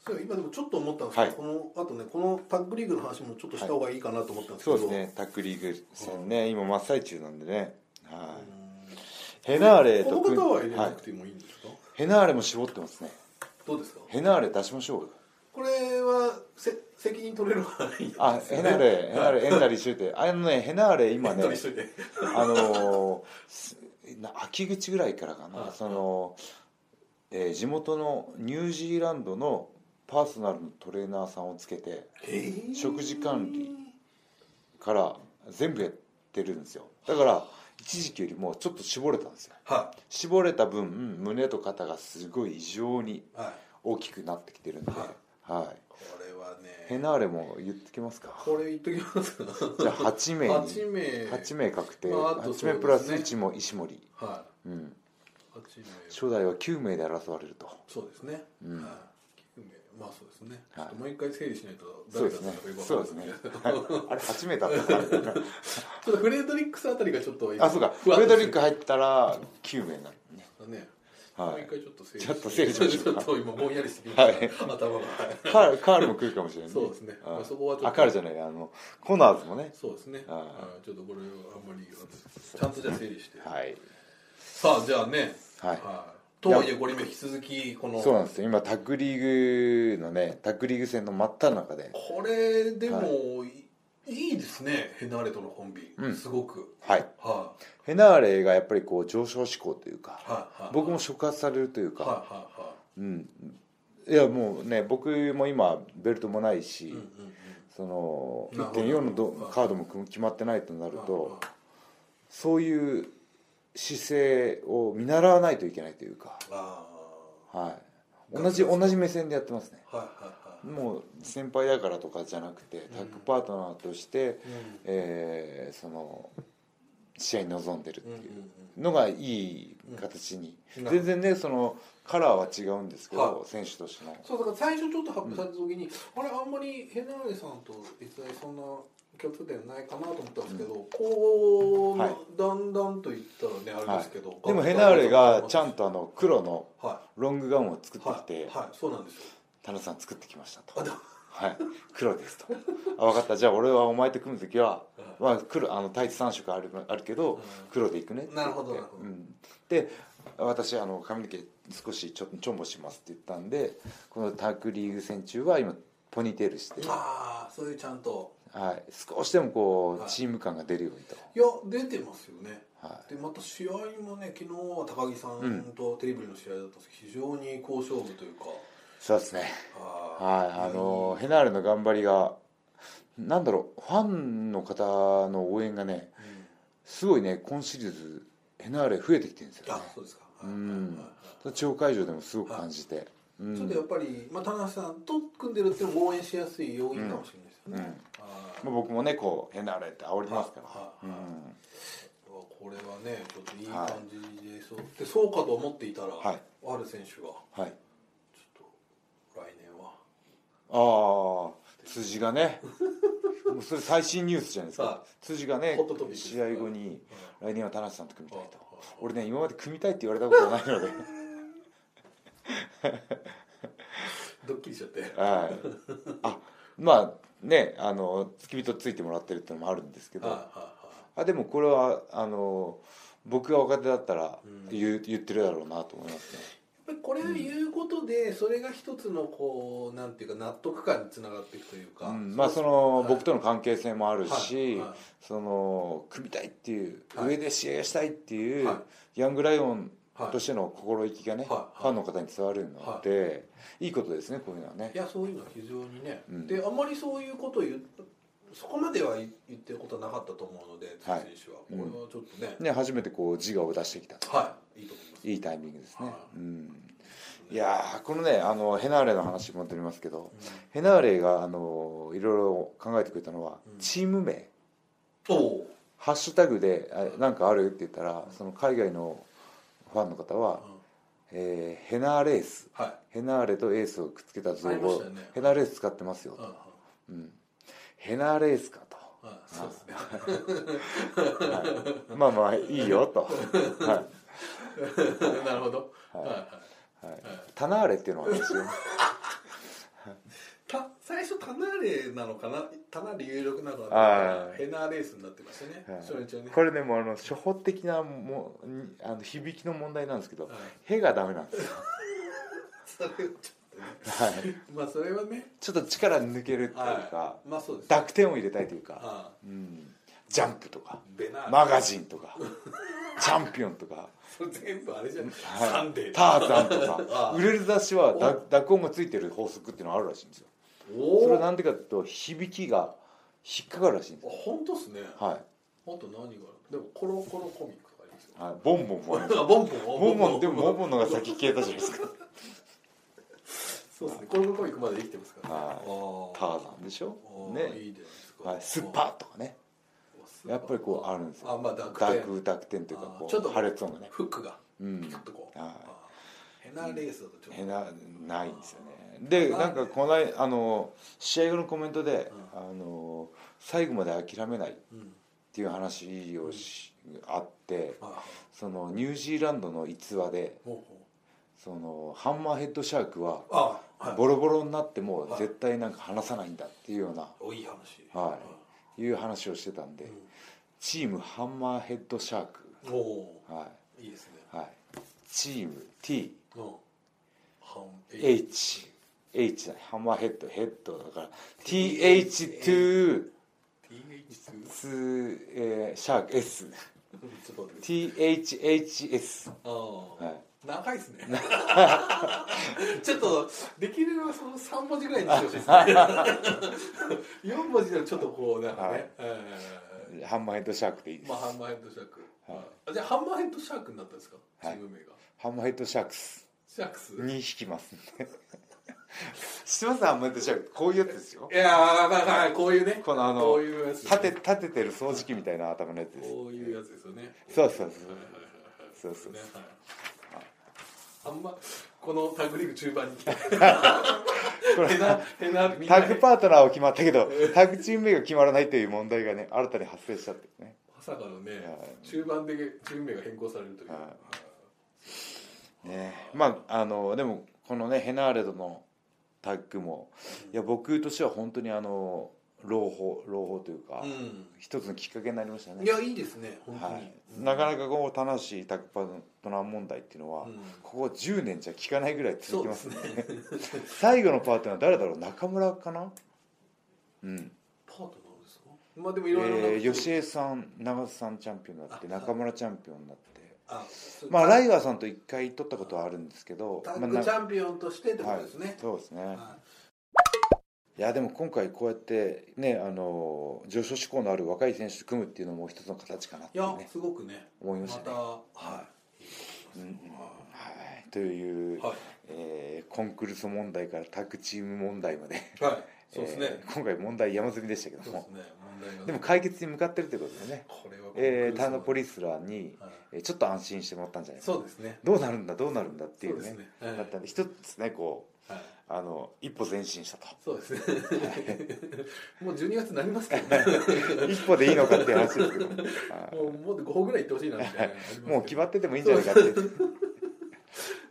[SPEAKER 2] そう今でもちょっと思ったんですけど、
[SPEAKER 1] はい
[SPEAKER 2] このあとねこのタッグリーグの話もちょっとした方がいいかなと思ったん
[SPEAKER 1] い
[SPEAKER 2] ですけ
[SPEAKER 1] そ
[SPEAKER 2] ど、
[SPEAKER 1] うですねタックリーグ戦ね今真っ最中なんでねは
[SPEAKER 2] う
[SPEAKER 1] いヘ
[SPEAKER 2] ん
[SPEAKER 1] ナーレ
[SPEAKER 2] ことの
[SPEAKER 1] 組ん
[SPEAKER 2] 方は入れな
[SPEAKER 1] はい
[SPEAKER 2] くてもいいんですか、
[SPEAKER 1] ヘナーレも絞ってますね
[SPEAKER 2] どうですか
[SPEAKER 1] ヘナーレ出しましょうよ
[SPEAKER 2] これはせ責任取れるからいいんですよ
[SPEAKER 1] あ
[SPEAKER 2] ね
[SPEAKER 1] ヘナーレヘナーレエンダリしといてあのねヘナーレ今
[SPEAKER 2] エン
[SPEAKER 1] ね
[SPEAKER 2] トリーしといて
[SPEAKER 1] あのーすな秋口ぐらいからか
[SPEAKER 2] は
[SPEAKER 1] ないその、えー地元のニュージーランドのパーソナルのトレーナーさんをつけて食事管理から全部やってるんですよだから一時期よりもちょっと絞れたんですよ
[SPEAKER 2] は
[SPEAKER 1] 絞れた分胸と肩がすごい異常に
[SPEAKER 2] いはい
[SPEAKER 1] 大きくなってきてるんで、
[SPEAKER 2] は
[SPEAKER 1] はい、
[SPEAKER 2] これは
[SPEAKER 1] ヘ
[SPEAKER 2] ね
[SPEAKER 1] ナーレも言ってきますか
[SPEAKER 2] これ言っときますか
[SPEAKER 1] じゃあ8名に
[SPEAKER 2] 8名
[SPEAKER 1] 8名確定、
[SPEAKER 2] まああとそうです
[SPEAKER 1] 8
[SPEAKER 2] ね
[SPEAKER 1] 名プラス1も石森、
[SPEAKER 2] は
[SPEAKER 1] うん、
[SPEAKER 2] い8名
[SPEAKER 1] 初代は9名で争われると
[SPEAKER 2] そうですね、
[SPEAKER 1] うん
[SPEAKER 2] はい9名まあそうですね、
[SPEAKER 1] はい
[SPEAKER 2] ちょっと毎回整理しないと
[SPEAKER 1] そう
[SPEAKER 2] 誰
[SPEAKER 1] で
[SPEAKER 2] が
[SPEAKER 1] すね
[SPEAKER 2] 誰だか
[SPEAKER 1] そう
[SPEAKER 2] よ
[SPEAKER 1] で
[SPEAKER 2] く
[SPEAKER 1] すね
[SPEAKER 2] わ (laughs) かんないですけど
[SPEAKER 1] あれ8名だった
[SPEAKER 2] (laughs)
[SPEAKER 1] から
[SPEAKER 2] ちょっとフレードリックスあたりがちょっと
[SPEAKER 1] あそうかフレドリック入ったら9名になるね
[SPEAKER 2] クねも
[SPEAKER 1] は
[SPEAKER 2] う一
[SPEAKER 1] い
[SPEAKER 2] 回ちょっと整理
[SPEAKER 1] ちょっと整理しましょうか
[SPEAKER 2] (laughs) ちょっと今ぼんやりしてきま
[SPEAKER 1] は
[SPEAKER 2] し
[SPEAKER 1] い
[SPEAKER 2] た頭が
[SPEAKER 1] カールカールも来るかもしれない
[SPEAKER 2] そうですね
[SPEAKER 1] あ
[SPEAKER 2] まあそこはちょっと
[SPEAKER 1] あカールじゃないあのコナーズもね
[SPEAKER 2] そうですね
[SPEAKER 1] は
[SPEAKER 2] うんちょっとこれはあんまりちゃんとじゃあ整理して
[SPEAKER 1] はい
[SPEAKER 2] さあじゃあね
[SPEAKER 1] はい
[SPEAKER 2] いとはいえこれ今引き続きこの
[SPEAKER 1] そうなんですよ今タッグリーグのねタッグリーグ戦の真っ只中で
[SPEAKER 2] これでもいいですねヘナーレとのコンビ
[SPEAKER 1] うん
[SPEAKER 2] すごく
[SPEAKER 1] はい
[SPEAKER 2] はい
[SPEAKER 1] ヘナーレがやっぱりこう上昇志向というか
[SPEAKER 2] はいはい
[SPEAKER 1] 僕も触発されるというか、
[SPEAKER 2] はいはいは
[SPEAKER 1] うんいやもうね僕も今ベルトもないし、
[SPEAKER 2] いうんうんうん
[SPEAKER 1] その
[SPEAKER 2] なるほど
[SPEAKER 1] 1.4のど
[SPEAKER 2] はい
[SPEAKER 1] カードも組む決まってないとなる
[SPEAKER 2] はい
[SPEAKER 1] と
[SPEAKER 2] はい
[SPEAKER 1] そういう姿勢を見習わないといけないというか、
[SPEAKER 2] あ
[SPEAKER 1] はい、同じ同じ目線でやってますね
[SPEAKER 2] あはいはいは
[SPEAKER 1] もう先輩だからとかじゃなくてタッグパートナーとして、
[SPEAKER 2] いうん
[SPEAKER 1] えーその試合に臨んでるって
[SPEAKER 2] うんうん
[SPEAKER 1] いう
[SPEAKER 2] うん
[SPEAKER 1] のがいい形に、
[SPEAKER 2] うん
[SPEAKER 1] 全然ねそのカラーは違うんですけど、
[SPEAKER 2] は
[SPEAKER 1] 選手としての
[SPEAKER 2] そうだから最初ちょっと発表された時に、あれあんまりヘナーレさんと実際そんな共通点ないかなと思ったんですけど、こう、
[SPEAKER 1] はい
[SPEAKER 2] だんだんといったらねあれですけど、
[SPEAKER 1] でもヘナーレがちゃん
[SPEAKER 2] と
[SPEAKER 1] とあの黒の
[SPEAKER 2] は
[SPEAKER 1] ロングガウンを作
[SPEAKER 2] い
[SPEAKER 1] って
[SPEAKER 2] は
[SPEAKER 1] き
[SPEAKER 2] い、
[SPEAKER 1] て
[SPEAKER 2] はい、そうなんですよ
[SPEAKER 1] 「田野さん作ってきました」と
[SPEAKER 2] あでも
[SPEAKER 1] はい、黒ですとあ分かったじゃあ俺はお前と組む時は、
[SPEAKER 2] う
[SPEAKER 1] まあ、黒あのタイツ3色あるあるけど黒でいくねって言って
[SPEAKER 2] なるほどなるほど
[SPEAKER 1] うん、で私あの髪の毛少しちょちょんぼしますって言ったんでこのタッグリーグ戦中は今ポニーテールして、は
[SPEAKER 2] ああそういうちゃんと
[SPEAKER 1] い、少しでもこ
[SPEAKER 2] はいう
[SPEAKER 1] チーム感が出るようにと、
[SPEAKER 2] いや出てますよね
[SPEAKER 1] は
[SPEAKER 2] でまた試合もね昨日は高木さ
[SPEAKER 1] うん
[SPEAKER 2] んとテレビの試合だったんですけど非常に好勝負という
[SPEAKER 1] い、
[SPEAKER 2] か、
[SPEAKER 1] そうですね
[SPEAKER 2] あ
[SPEAKER 1] はいあのヘナーレの頑張りがなんだろうファンの方の応援がね
[SPEAKER 2] ーうん
[SPEAKER 1] すごいね今シリーズヘナーレ増えてきてるんですよ
[SPEAKER 2] あ
[SPEAKER 1] ね
[SPEAKER 2] そうですか、
[SPEAKER 1] うん
[SPEAKER 2] はいはいはい
[SPEAKER 1] 地方会場でもすごく感じて、うん
[SPEAKER 2] ちょっとやっぱり、まあ、田中さんと組んでるっていうのも応援しやすい要因かもしれないですよね、はい
[SPEAKER 1] まあ、僕もねこう変なあれって煽りますから、
[SPEAKER 2] はい
[SPEAKER 1] うん
[SPEAKER 2] これはねちょっといい感じでそう,、でそうかと思っていたら、
[SPEAKER 1] はい
[SPEAKER 2] ある選手が
[SPEAKER 1] はい
[SPEAKER 2] ちょっと来年は
[SPEAKER 1] ああ辻がね (laughs) もうそれ最新ニュースじゃないです
[SPEAKER 2] は
[SPEAKER 1] か辻がね
[SPEAKER 2] ホットトピックです
[SPEAKER 1] 試合後に来年は田中さんと組みたいと
[SPEAKER 2] はい
[SPEAKER 1] 俺ね今まで組みたいって言われたことがないので (laughs)
[SPEAKER 2] ドッキリしちゃって
[SPEAKER 1] はいあまあねあの付き人ついてもらってるってのもあるんですけど
[SPEAKER 2] はいはい
[SPEAKER 1] あでもこれはあの僕が若手だったら
[SPEAKER 2] うん
[SPEAKER 1] 言,、う言ってるだろうなと思いますね
[SPEAKER 2] やっぱりこれを言うことで、それが一つのこうなんていうか納得感につながっていくというか、
[SPEAKER 1] うんまあその、
[SPEAKER 2] はい
[SPEAKER 1] 僕との関係性もあるし、
[SPEAKER 2] はいはい
[SPEAKER 1] その組みたいっていう、
[SPEAKER 2] はい
[SPEAKER 1] 上で試合がしたいっていう、
[SPEAKER 2] は
[SPEAKER 1] ヤングライオン
[SPEAKER 2] はい
[SPEAKER 1] としての心意気がね、
[SPEAKER 2] はいはい
[SPEAKER 1] ファンの方に伝わるので、い、いことですねこういうのはね
[SPEAKER 2] いやそういうのは非常にね、
[SPEAKER 1] うん
[SPEAKER 2] であんまりそういうことを言っそこまでは言言ってることはなかったと思うので、
[SPEAKER 1] はい
[SPEAKER 2] 辻選手
[SPEAKER 1] う
[SPEAKER 2] は
[SPEAKER 1] ん
[SPEAKER 2] これはちょっとね、
[SPEAKER 1] ね初めてこう自我を出してきた
[SPEAKER 2] はいいいと思います
[SPEAKER 1] いいタイミングですね、
[SPEAKER 2] はい
[SPEAKER 1] うんいやーこのねあのヘナーレの話に戻りますけど、ヘナーレがあのいろいろ考えてくれたのは、
[SPEAKER 2] うん
[SPEAKER 1] チーム名、
[SPEAKER 2] おおう
[SPEAKER 1] ハッシュタグであ「なんかある?」って言ったらその海外のファンの方は
[SPEAKER 2] うん
[SPEAKER 1] 「えーヘナーレース」
[SPEAKER 2] は
[SPEAKER 1] 「ヘナーレ」と「エース」をくっつけた造
[SPEAKER 2] ありまし
[SPEAKER 1] 語
[SPEAKER 2] たよね
[SPEAKER 1] ヘナーレース使ってます
[SPEAKER 2] い、
[SPEAKER 1] よ
[SPEAKER 2] うんうん、」
[SPEAKER 1] うん「ヘナーレースか」と
[SPEAKER 2] うんそうですね
[SPEAKER 1] 「はいまあまあいいよ」と「は
[SPEAKER 2] (laughs) なるほどはいは
[SPEAKER 1] い
[SPEAKER 2] い
[SPEAKER 1] はい
[SPEAKER 2] はい
[SPEAKER 1] タナーレ」っていうのがあるんですよ
[SPEAKER 2] た最初タナーレなのかなタナーレ有力なのか
[SPEAKER 1] は
[SPEAKER 2] ないヘナーレースになってましたね、
[SPEAKER 1] はい
[SPEAKER 2] それ一応ね
[SPEAKER 1] これねもうあの初歩的なもんあの響きの問題なんですけど
[SPEAKER 2] は
[SPEAKER 1] 「
[SPEAKER 2] い
[SPEAKER 1] へ」がダメなんですよ
[SPEAKER 2] そ (laughs) れはちょっとね
[SPEAKER 1] はい
[SPEAKER 2] まあそれはね
[SPEAKER 1] ちょっと力抜けるっていうか
[SPEAKER 2] はいまあそうですね
[SPEAKER 1] 濁点を入れたいというか
[SPEAKER 2] ああ
[SPEAKER 1] うんジャンプとか
[SPEAKER 2] ベナーレ
[SPEAKER 1] マガジンとかチャンピオンとか、
[SPEAKER 2] それ全部あれじゃん、
[SPEAKER 1] はい
[SPEAKER 2] サンデー
[SPEAKER 1] ターザンとか
[SPEAKER 2] あ
[SPEAKER 1] 売れる雑誌は
[SPEAKER 2] お
[SPEAKER 1] 濁濁音がついてる法則っていうのがあるらしいんですよ
[SPEAKER 2] お
[SPEAKER 1] それ
[SPEAKER 2] お
[SPEAKER 1] はなんでかっていうと響きが引っかかるらしいんですよ
[SPEAKER 2] 本当っすねあ
[SPEAKER 1] は
[SPEAKER 2] と何があるでもコロコロコミックとかありますよ
[SPEAKER 1] い、はい、ボンボンも
[SPEAKER 2] (laughs)
[SPEAKER 1] あります
[SPEAKER 2] あボンボン
[SPEAKER 1] ボンボンでもボンボンの方が先消えたじゃないですか
[SPEAKER 2] そうですねコロコロコミックまで生きてますから、
[SPEAKER 1] はい
[SPEAKER 2] あー
[SPEAKER 1] ターザンでしょ
[SPEAKER 2] あー
[SPEAKER 1] ね
[SPEAKER 2] いいじゃないですか、
[SPEAKER 1] はい、スッパーとかねやっぱりこうあるんですよ
[SPEAKER 2] あまあ濁点
[SPEAKER 1] 濁濁点というか
[SPEAKER 2] あー
[SPEAKER 1] こ
[SPEAKER 2] ちょっ
[SPEAKER 1] う
[SPEAKER 2] と
[SPEAKER 1] 破裂音がね
[SPEAKER 2] フックが
[SPEAKER 1] うん
[SPEAKER 2] ピクッとこう、
[SPEAKER 1] はい
[SPEAKER 2] あーヘナレースだとちょっと、
[SPEAKER 1] へなないんですよねでなんかこの間あの試合後のコメントで、あの最後まで諦めないっ
[SPEAKER 2] うん
[SPEAKER 1] ていう話をし、あって
[SPEAKER 2] あー
[SPEAKER 1] そのニュージーランドの逸話で
[SPEAKER 2] ほうほ
[SPEAKER 1] そのハンマーヘッドシャークは
[SPEAKER 2] うあーはい
[SPEAKER 1] ボロボロになっても
[SPEAKER 2] はい
[SPEAKER 1] 絶対なんか離さないんだっていうような、
[SPEAKER 2] おいい話
[SPEAKER 1] はいう話をしてたんで、チームハンマーヘッドシャーク
[SPEAKER 2] うんお
[SPEAKER 1] は
[SPEAKER 2] ーいいですね
[SPEAKER 1] いはいチーム TH
[SPEAKER 2] うん半平
[SPEAKER 1] H だねハンマーヘッドヘッドだから TH2
[SPEAKER 2] TH2
[SPEAKER 1] ツえーシャーク S
[SPEAKER 2] ちょっと待って
[SPEAKER 1] THHS
[SPEAKER 2] あー
[SPEAKER 1] はい
[SPEAKER 2] 長いです
[SPEAKER 1] (laughs)
[SPEAKER 2] ねちょっとできればその3文字ぐらいにしてほし
[SPEAKER 1] (laughs)
[SPEAKER 2] いですね4文字でもちょっとこうなんかね、
[SPEAKER 1] はい
[SPEAKER 2] え
[SPEAKER 1] ハンマーヘッドシャークでいいで
[SPEAKER 2] ー
[SPEAKER 1] す、
[SPEAKER 2] まあハンマーヘッドシャーク、
[SPEAKER 1] はい
[SPEAKER 2] あじゃあハンマーヘッドシャークになったんですか、
[SPEAKER 1] はい
[SPEAKER 2] チーム名が
[SPEAKER 1] ハンマーヘッドシャークス
[SPEAKER 2] シャークス
[SPEAKER 1] に引きますん
[SPEAKER 2] (laughs)
[SPEAKER 1] で知ってますハンマーヘッドシャークこういうやつですよ
[SPEAKER 2] いやーまあまあこういうね
[SPEAKER 1] このあの
[SPEAKER 2] こういうやつ
[SPEAKER 1] 立て立ててる掃除機みたいな頭のやつです
[SPEAKER 2] こういうやつですよね
[SPEAKER 1] そうそうそうそうそう
[SPEAKER 2] ねはいあんまこのタッグリーグ中盤に来て
[SPEAKER 1] これ
[SPEAKER 2] ヘナヘナみん
[SPEAKER 1] タ
[SPEAKER 2] な
[SPEAKER 1] ッグパートナーは決まったけどタッグチーム名が決まらないという問題がね
[SPEAKER 2] (laughs)
[SPEAKER 1] 新たに発生したっていうね
[SPEAKER 2] まさかのね
[SPEAKER 1] は
[SPEAKER 2] 中盤でチーム名が変更されるという
[SPEAKER 1] はいねまああのでもこのねヘナーレドのタッグもいや僕としては本当にあの朗報朗報というか、
[SPEAKER 2] うん
[SPEAKER 1] 一つのきっかけになりましたね
[SPEAKER 2] いやいいですね本当に、
[SPEAKER 1] はい、なかなかこの棚橋タッグパートナー問題っていうのは、
[SPEAKER 2] うん
[SPEAKER 1] ここ10年じゃ聞かないぐらい
[SPEAKER 2] そ
[SPEAKER 1] 続
[SPEAKER 2] う
[SPEAKER 1] き
[SPEAKER 2] で
[SPEAKER 1] ますすね
[SPEAKER 2] ね
[SPEAKER 1] 最後のパートナー誰だろう中村かなうん
[SPEAKER 2] パートナーですかまあでもいろいろな、
[SPEAKER 1] えー、吉江さん長瀬さんチャンピオンになって
[SPEAKER 2] あはい
[SPEAKER 1] 中村チャンピオンになって
[SPEAKER 2] あそう
[SPEAKER 1] まあライガーさんと一回取ったことはあるんですけど
[SPEAKER 2] タ
[SPEAKER 1] ま
[SPEAKER 2] ッ
[SPEAKER 1] あ
[SPEAKER 2] グ
[SPEAKER 1] な
[SPEAKER 2] チャンピオンとしてってことです
[SPEAKER 1] はい
[SPEAKER 2] ね、
[SPEAKER 1] そうですね、
[SPEAKER 2] はい
[SPEAKER 1] いやでも今回こうやってねあの上昇志向のある若い選手と組むっていうのも一つの形かなっ
[SPEAKER 2] い
[SPEAKER 1] ていう
[SPEAKER 2] や、
[SPEAKER 1] ね
[SPEAKER 2] すごくね。
[SPEAKER 1] 思いま
[SPEAKER 2] ま
[SPEAKER 1] した
[SPEAKER 2] た、
[SPEAKER 1] ね。
[SPEAKER 2] は
[SPEAKER 1] う
[SPEAKER 2] い。
[SPEAKER 1] んうん
[SPEAKER 2] は
[SPEAKER 1] はい、という、えーコンクルーソ問題からタッグチーム問題まで、
[SPEAKER 2] い。はい。そうですね
[SPEAKER 1] え。ー今回問題山積みでしたけ
[SPEAKER 2] そ
[SPEAKER 1] ど
[SPEAKER 2] うです
[SPEAKER 1] も
[SPEAKER 2] ね。問題がね。
[SPEAKER 1] でも解決に向かってるということでね、
[SPEAKER 2] これは。
[SPEAKER 1] えー、ターナポリスラーに、
[SPEAKER 2] はい。
[SPEAKER 1] えーちょっと安心してもらったんじゃないか
[SPEAKER 2] そうですね。
[SPEAKER 1] どうなるんだどうなるんだってい
[SPEAKER 2] そう
[SPEAKER 1] う
[SPEAKER 2] で
[SPEAKER 1] ね
[SPEAKER 2] すね。はい
[SPEAKER 1] だったんで一つねこう
[SPEAKER 2] はい。
[SPEAKER 1] あの一歩前進したと
[SPEAKER 2] (laughs) そうですね。 (laughs) もう12月になりますけど
[SPEAKER 1] (laughs)
[SPEAKER 2] ね。
[SPEAKER 1] 一歩でいいのかっていう話ですけ
[SPEAKER 2] (laughs)
[SPEAKER 1] どもはい
[SPEAKER 2] もうもっと5歩ぐらい行ってほしいなみたいな。
[SPEAKER 1] もう決
[SPEAKER 2] っ
[SPEAKER 1] まっててもいいんじゃないかって (laughs)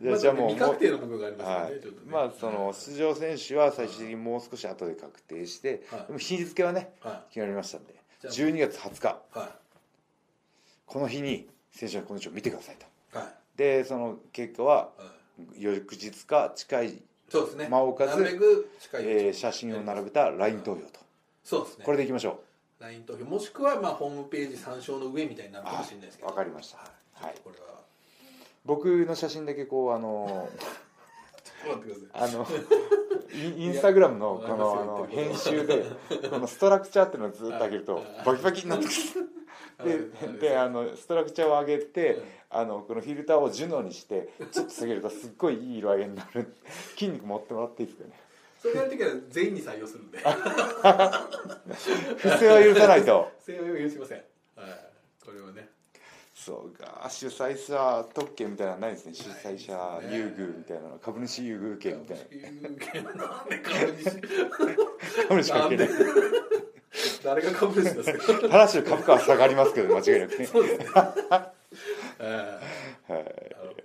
[SPEAKER 1] じゃあじゃあもう
[SPEAKER 2] 未確定の部
[SPEAKER 1] も
[SPEAKER 2] 分があ
[SPEAKER 1] う
[SPEAKER 2] りま
[SPEAKER 1] は
[SPEAKER 2] すよね。
[SPEAKER 1] い
[SPEAKER 2] ちょっとね
[SPEAKER 1] まあその出場選手は最終的にもう少し後で確定して、
[SPEAKER 2] はい
[SPEAKER 1] でも日付はね
[SPEAKER 2] は
[SPEAKER 1] 決まりましたんで
[SPEAKER 2] じゃあ
[SPEAKER 1] 12月20日
[SPEAKER 2] い。は
[SPEAKER 1] この日に選手のコンディションを見てくださいと
[SPEAKER 2] い。はい。
[SPEAKER 1] でその結果は
[SPEAKER 2] はい
[SPEAKER 1] 翌日か近い、
[SPEAKER 2] そうですね。
[SPEAKER 1] 間を置かず
[SPEAKER 2] なるべく近い位置
[SPEAKER 1] えー写真を並べた LINE 投票と
[SPEAKER 2] そうですね。
[SPEAKER 1] これでいきましょう
[SPEAKER 2] LINE 投票もしくはまあホームページ参照の上みたいになるかもしれないですけど
[SPEAKER 1] あわかりました
[SPEAKER 2] は
[SPEAKER 1] はいい
[SPEAKER 2] ちょっとこ
[SPEAKER 1] 僕の写真だけこうあ
[SPEAKER 2] (laughs)
[SPEAKER 1] の
[SPEAKER 2] れは待ってください
[SPEAKER 1] あのインインスタグラムの
[SPEAKER 2] いや
[SPEAKER 1] このあ
[SPEAKER 2] わ
[SPEAKER 1] の
[SPEAKER 2] かりま
[SPEAKER 1] 編
[SPEAKER 2] すよ
[SPEAKER 1] 集でこのストラクチャーっていうのをずっと上げるとバキバキになってく
[SPEAKER 2] (laughs)
[SPEAKER 1] る
[SPEAKER 2] はい
[SPEAKER 1] でであのストラクチャーを上げて
[SPEAKER 2] うん
[SPEAKER 1] あのこのフィルターをジュノにしてちょっと下げるとすっごいいい色合いになる筋肉持ってもらっていいですかね
[SPEAKER 2] それやるときは全員に採用する
[SPEAKER 1] (laughs)
[SPEAKER 2] んで
[SPEAKER 1] 不正は許さないと
[SPEAKER 2] 正用は許しませんはいこれはね
[SPEAKER 1] そうか主催者特権みたいなのないですね主
[SPEAKER 2] ない
[SPEAKER 1] 催
[SPEAKER 2] ですね
[SPEAKER 1] 者優遇みたいなの株主優遇権みたい
[SPEAKER 2] なんで株主
[SPEAKER 1] な株主
[SPEAKER 2] な
[SPEAKER 1] 関
[SPEAKER 2] ん
[SPEAKER 1] 係
[SPEAKER 2] で
[SPEAKER 1] ない (laughs)
[SPEAKER 2] 誰が株主ですか
[SPEAKER 1] 話の株価は下がりますけど間違いなくね
[SPEAKER 2] そうですねは
[SPEAKER 1] はい
[SPEAKER 2] いなるほど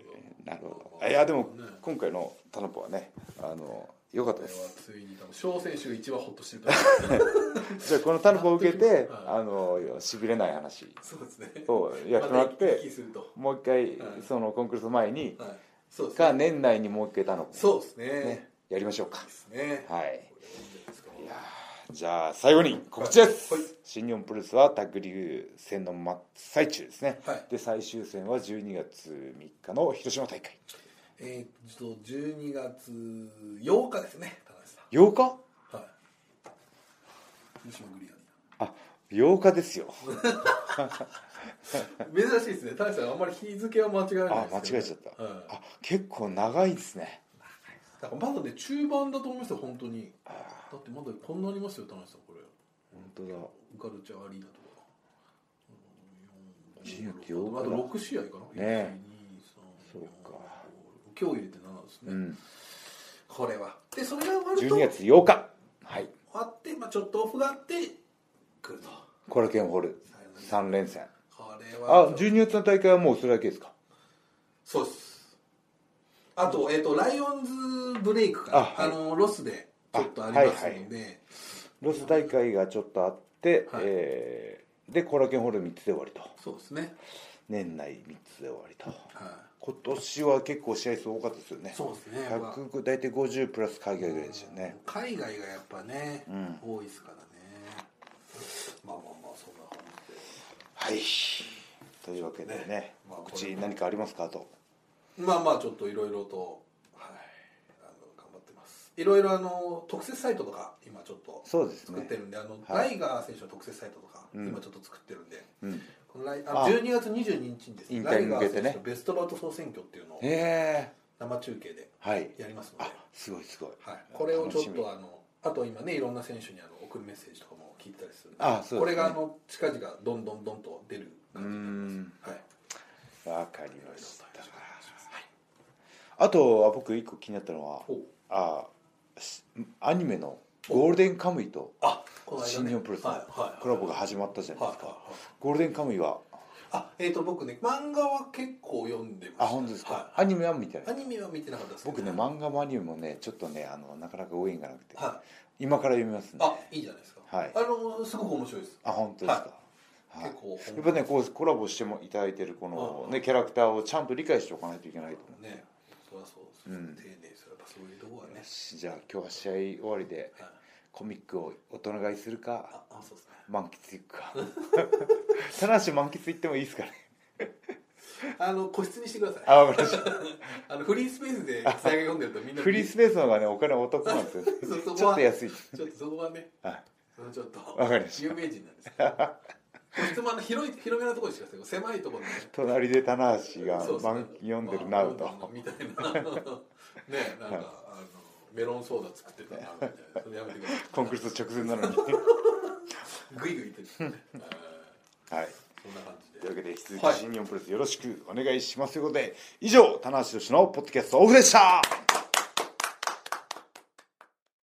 [SPEAKER 1] なるほどいやでも
[SPEAKER 2] ね
[SPEAKER 1] 今回のタナポはねあの良かった
[SPEAKER 2] こ
[SPEAKER 1] で
[SPEAKER 2] れは
[SPEAKER 1] す
[SPEAKER 2] ついに多分小選手が一番ホッとしてると思う
[SPEAKER 1] じゃあこのタナポを受けて
[SPEAKER 2] は
[SPEAKER 1] あのしびれない話
[SPEAKER 2] (laughs) そうですね
[SPEAKER 1] をやってもらっ
[SPEAKER 2] また行き来
[SPEAKER 1] て
[SPEAKER 2] すると
[SPEAKER 1] もう一回
[SPEAKER 2] はい
[SPEAKER 1] そのコンクルールの前に
[SPEAKER 2] はいそうですね
[SPEAKER 1] か年内にもう一回タナポ
[SPEAKER 2] そうですね
[SPEAKER 1] ねやりましょうか
[SPEAKER 2] ですね
[SPEAKER 1] はい
[SPEAKER 2] これいいんじゃないですか
[SPEAKER 1] いやーじゃあ最後に告知です、
[SPEAKER 2] はい
[SPEAKER 1] 新日本プロレスはタッグリーグ戦の真っ最中ですね、
[SPEAKER 2] はい
[SPEAKER 1] で最終戦は12月3日の広島大会
[SPEAKER 2] えーっと12月8日ですね田中さ
[SPEAKER 1] 8日
[SPEAKER 2] んはい広島グリア
[SPEAKER 1] あ8日ですよ
[SPEAKER 2] ン珍しいですね田中さんあんまり日付は間違えない
[SPEAKER 1] あ
[SPEAKER 2] です
[SPEAKER 1] 間
[SPEAKER 2] よね
[SPEAKER 1] 違えちゃった、
[SPEAKER 2] うん
[SPEAKER 1] あ結構長いですね
[SPEAKER 2] だからまだね中盤だと思いますよ本当にだってまだこんなありますよ田中さんこれ
[SPEAKER 1] 本当だ
[SPEAKER 2] ウカルチャーアリーナとか
[SPEAKER 1] 12月8日だ
[SPEAKER 2] あと6試合かな
[SPEAKER 1] ね
[SPEAKER 2] 1 2 3 4
[SPEAKER 1] そうか
[SPEAKER 2] 5今日入れて7ですね、
[SPEAKER 1] うん
[SPEAKER 2] これはでそれが終わると
[SPEAKER 1] 12月8日はい
[SPEAKER 2] 終わって、まあ、ちょっとオフがあって来ると
[SPEAKER 1] コラケンホール3連戦
[SPEAKER 2] これは
[SPEAKER 1] あ12月の大会はもうそれだけですか
[SPEAKER 2] そうですあと,、えっとライオンズブレイクかな
[SPEAKER 1] あはい
[SPEAKER 2] あのロスでちょっとありますので、
[SPEAKER 1] ロス大会がちょっとあって、
[SPEAKER 2] はい
[SPEAKER 1] えーでコラケンホール3つで終わりと
[SPEAKER 2] そうですね、
[SPEAKER 1] 年内3つで終わりと
[SPEAKER 2] は
[SPEAKER 1] 今年は結構試合数多かったですよね
[SPEAKER 2] い、そうですねやっぱ
[SPEAKER 1] 100大体50プラス海外ぐらいですよね
[SPEAKER 2] 海外がやっぱね、
[SPEAKER 1] ん
[SPEAKER 2] 多いですからねまあまあまあそんな感じ
[SPEAKER 1] は
[SPEAKER 2] で
[SPEAKER 1] いというわけでね
[SPEAKER 2] ねまあ
[SPEAKER 1] 告知何かありますかあと
[SPEAKER 2] まあまあちょっといろいろとはいあの頑張ってますいろいろあの特設サイトとか今ちょっと
[SPEAKER 1] そうです
[SPEAKER 2] 作っ
[SPEAKER 1] ね
[SPEAKER 2] てるんで、あの
[SPEAKER 1] は
[SPEAKER 2] ライガー選手の特設サイトとか、
[SPEAKER 1] うん
[SPEAKER 2] 今ちょっと作ってるんで、
[SPEAKER 1] うん
[SPEAKER 2] このライあの
[SPEAKER 1] あ
[SPEAKER 2] 12月22日にです
[SPEAKER 1] 引
[SPEAKER 2] ね、
[SPEAKER 1] 退
[SPEAKER 2] ライガ
[SPEAKER 1] に
[SPEAKER 2] ー
[SPEAKER 1] 向けて
[SPEAKER 2] 選
[SPEAKER 1] ね
[SPEAKER 2] 手のベストバウト総選挙っていうのを
[SPEAKER 1] え
[SPEAKER 2] 生中継で
[SPEAKER 1] ー、はい
[SPEAKER 2] やりますので、
[SPEAKER 1] あすごいすごい、
[SPEAKER 2] はい、これをちょっ
[SPEAKER 1] 楽しみ
[SPEAKER 2] とあのあと今ねいろんな選手にあの送るメッセージとかも聞いたりするんで
[SPEAKER 1] あそうですね
[SPEAKER 2] これがあの近々どんどんどんと出る
[SPEAKER 1] う
[SPEAKER 2] 感じになり
[SPEAKER 1] ん
[SPEAKER 2] ますはい
[SPEAKER 1] わかり
[SPEAKER 2] いろい
[SPEAKER 1] ま
[SPEAKER 2] ろと
[SPEAKER 1] し
[SPEAKER 2] よろ
[SPEAKER 1] た
[SPEAKER 2] しくお願いしますはい
[SPEAKER 1] あとは僕一個気になったのは
[SPEAKER 2] お
[SPEAKER 1] あしアニメの「ゴールデンカムイ」と
[SPEAKER 2] あこの間ね
[SPEAKER 1] 新日本プロレスの
[SPEAKER 2] はいはいはい
[SPEAKER 1] コラボが始まったじゃない
[SPEAKER 2] は
[SPEAKER 1] です
[SPEAKER 2] いは
[SPEAKER 1] かゴールデンカムイはい
[SPEAKER 2] あえっ、と僕ね漫画は結構読んでました
[SPEAKER 1] あ本当ですか、
[SPEAKER 2] は
[SPEAKER 1] アニメは見てない
[SPEAKER 2] い、アニメは見てなかったですけど
[SPEAKER 1] 僕ね漫画もアニメもねちょっとねあのなかなかご縁がなくて、
[SPEAKER 2] は
[SPEAKER 1] 今から読みます
[SPEAKER 2] い、
[SPEAKER 1] ね
[SPEAKER 2] あいいじゃないですか、
[SPEAKER 1] はい
[SPEAKER 2] あのすごく面白いです、
[SPEAKER 1] あ本当ですか、はい
[SPEAKER 2] 結構
[SPEAKER 1] やっぱねこうコラボしてもいただいてるこの、
[SPEAKER 2] うん
[SPEAKER 1] ね、キャラクターをちゃんと理解しておかないといけないと思う
[SPEAKER 2] ねそりゃそうです、
[SPEAKER 1] うん
[SPEAKER 2] 丁寧ですやっぱそういうとこはね
[SPEAKER 1] よ、しじゃあ今日は試合終わりで
[SPEAKER 2] はい、
[SPEAKER 1] コミックを大人買いするか
[SPEAKER 2] ああそうですね
[SPEAKER 1] 満喫行くか棚橋満喫行ってもいいです
[SPEAKER 2] (laughs)
[SPEAKER 1] かね
[SPEAKER 2] あの個室にしてください
[SPEAKER 1] あわかりました
[SPEAKER 2] あのフリースペースで伝えが読んでるとみんな
[SPEAKER 1] フリースペースの方がねお金お得なんですよね
[SPEAKER 2] そうそこは
[SPEAKER 1] ちょっと安いです
[SPEAKER 2] ちょっとそこはね
[SPEAKER 1] はい
[SPEAKER 2] そのちょっと
[SPEAKER 1] わかりました
[SPEAKER 2] 有名人なんですけど個室もあの広い広めなところにしてください狭いところでね
[SPEAKER 1] 隣で棚橋が
[SPEAKER 2] そうそう
[SPEAKER 1] 満読んでるな
[SPEAKER 2] まあ
[SPEAKER 1] と
[SPEAKER 2] 読んでるなみた (laughs) いなねなんか、
[SPEAKER 1] はい
[SPEAKER 2] あのメロンソーダ作ってたなみたいなそれやめてください
[SPEAKER 1] コンクリート直前なのに
[SPEAKER 2] グイグイってですねえー
[SPEAKER 1] はい
[SPEAKER 2] そんな感
[SPEAKER 1] とい
[SPEAKER 2] じ
[SPEAKER 1] う
[SPEAKER 2] で
[SPEAKER 1] わけで引き続
[SPEAKER 2] は
[SPEAKER 1] き
[SPEAKER 2] い
[SPEAKER 1] 新日本プロレスよろしくお願いしますということで以上棚橋宏のポッドキャストオフでした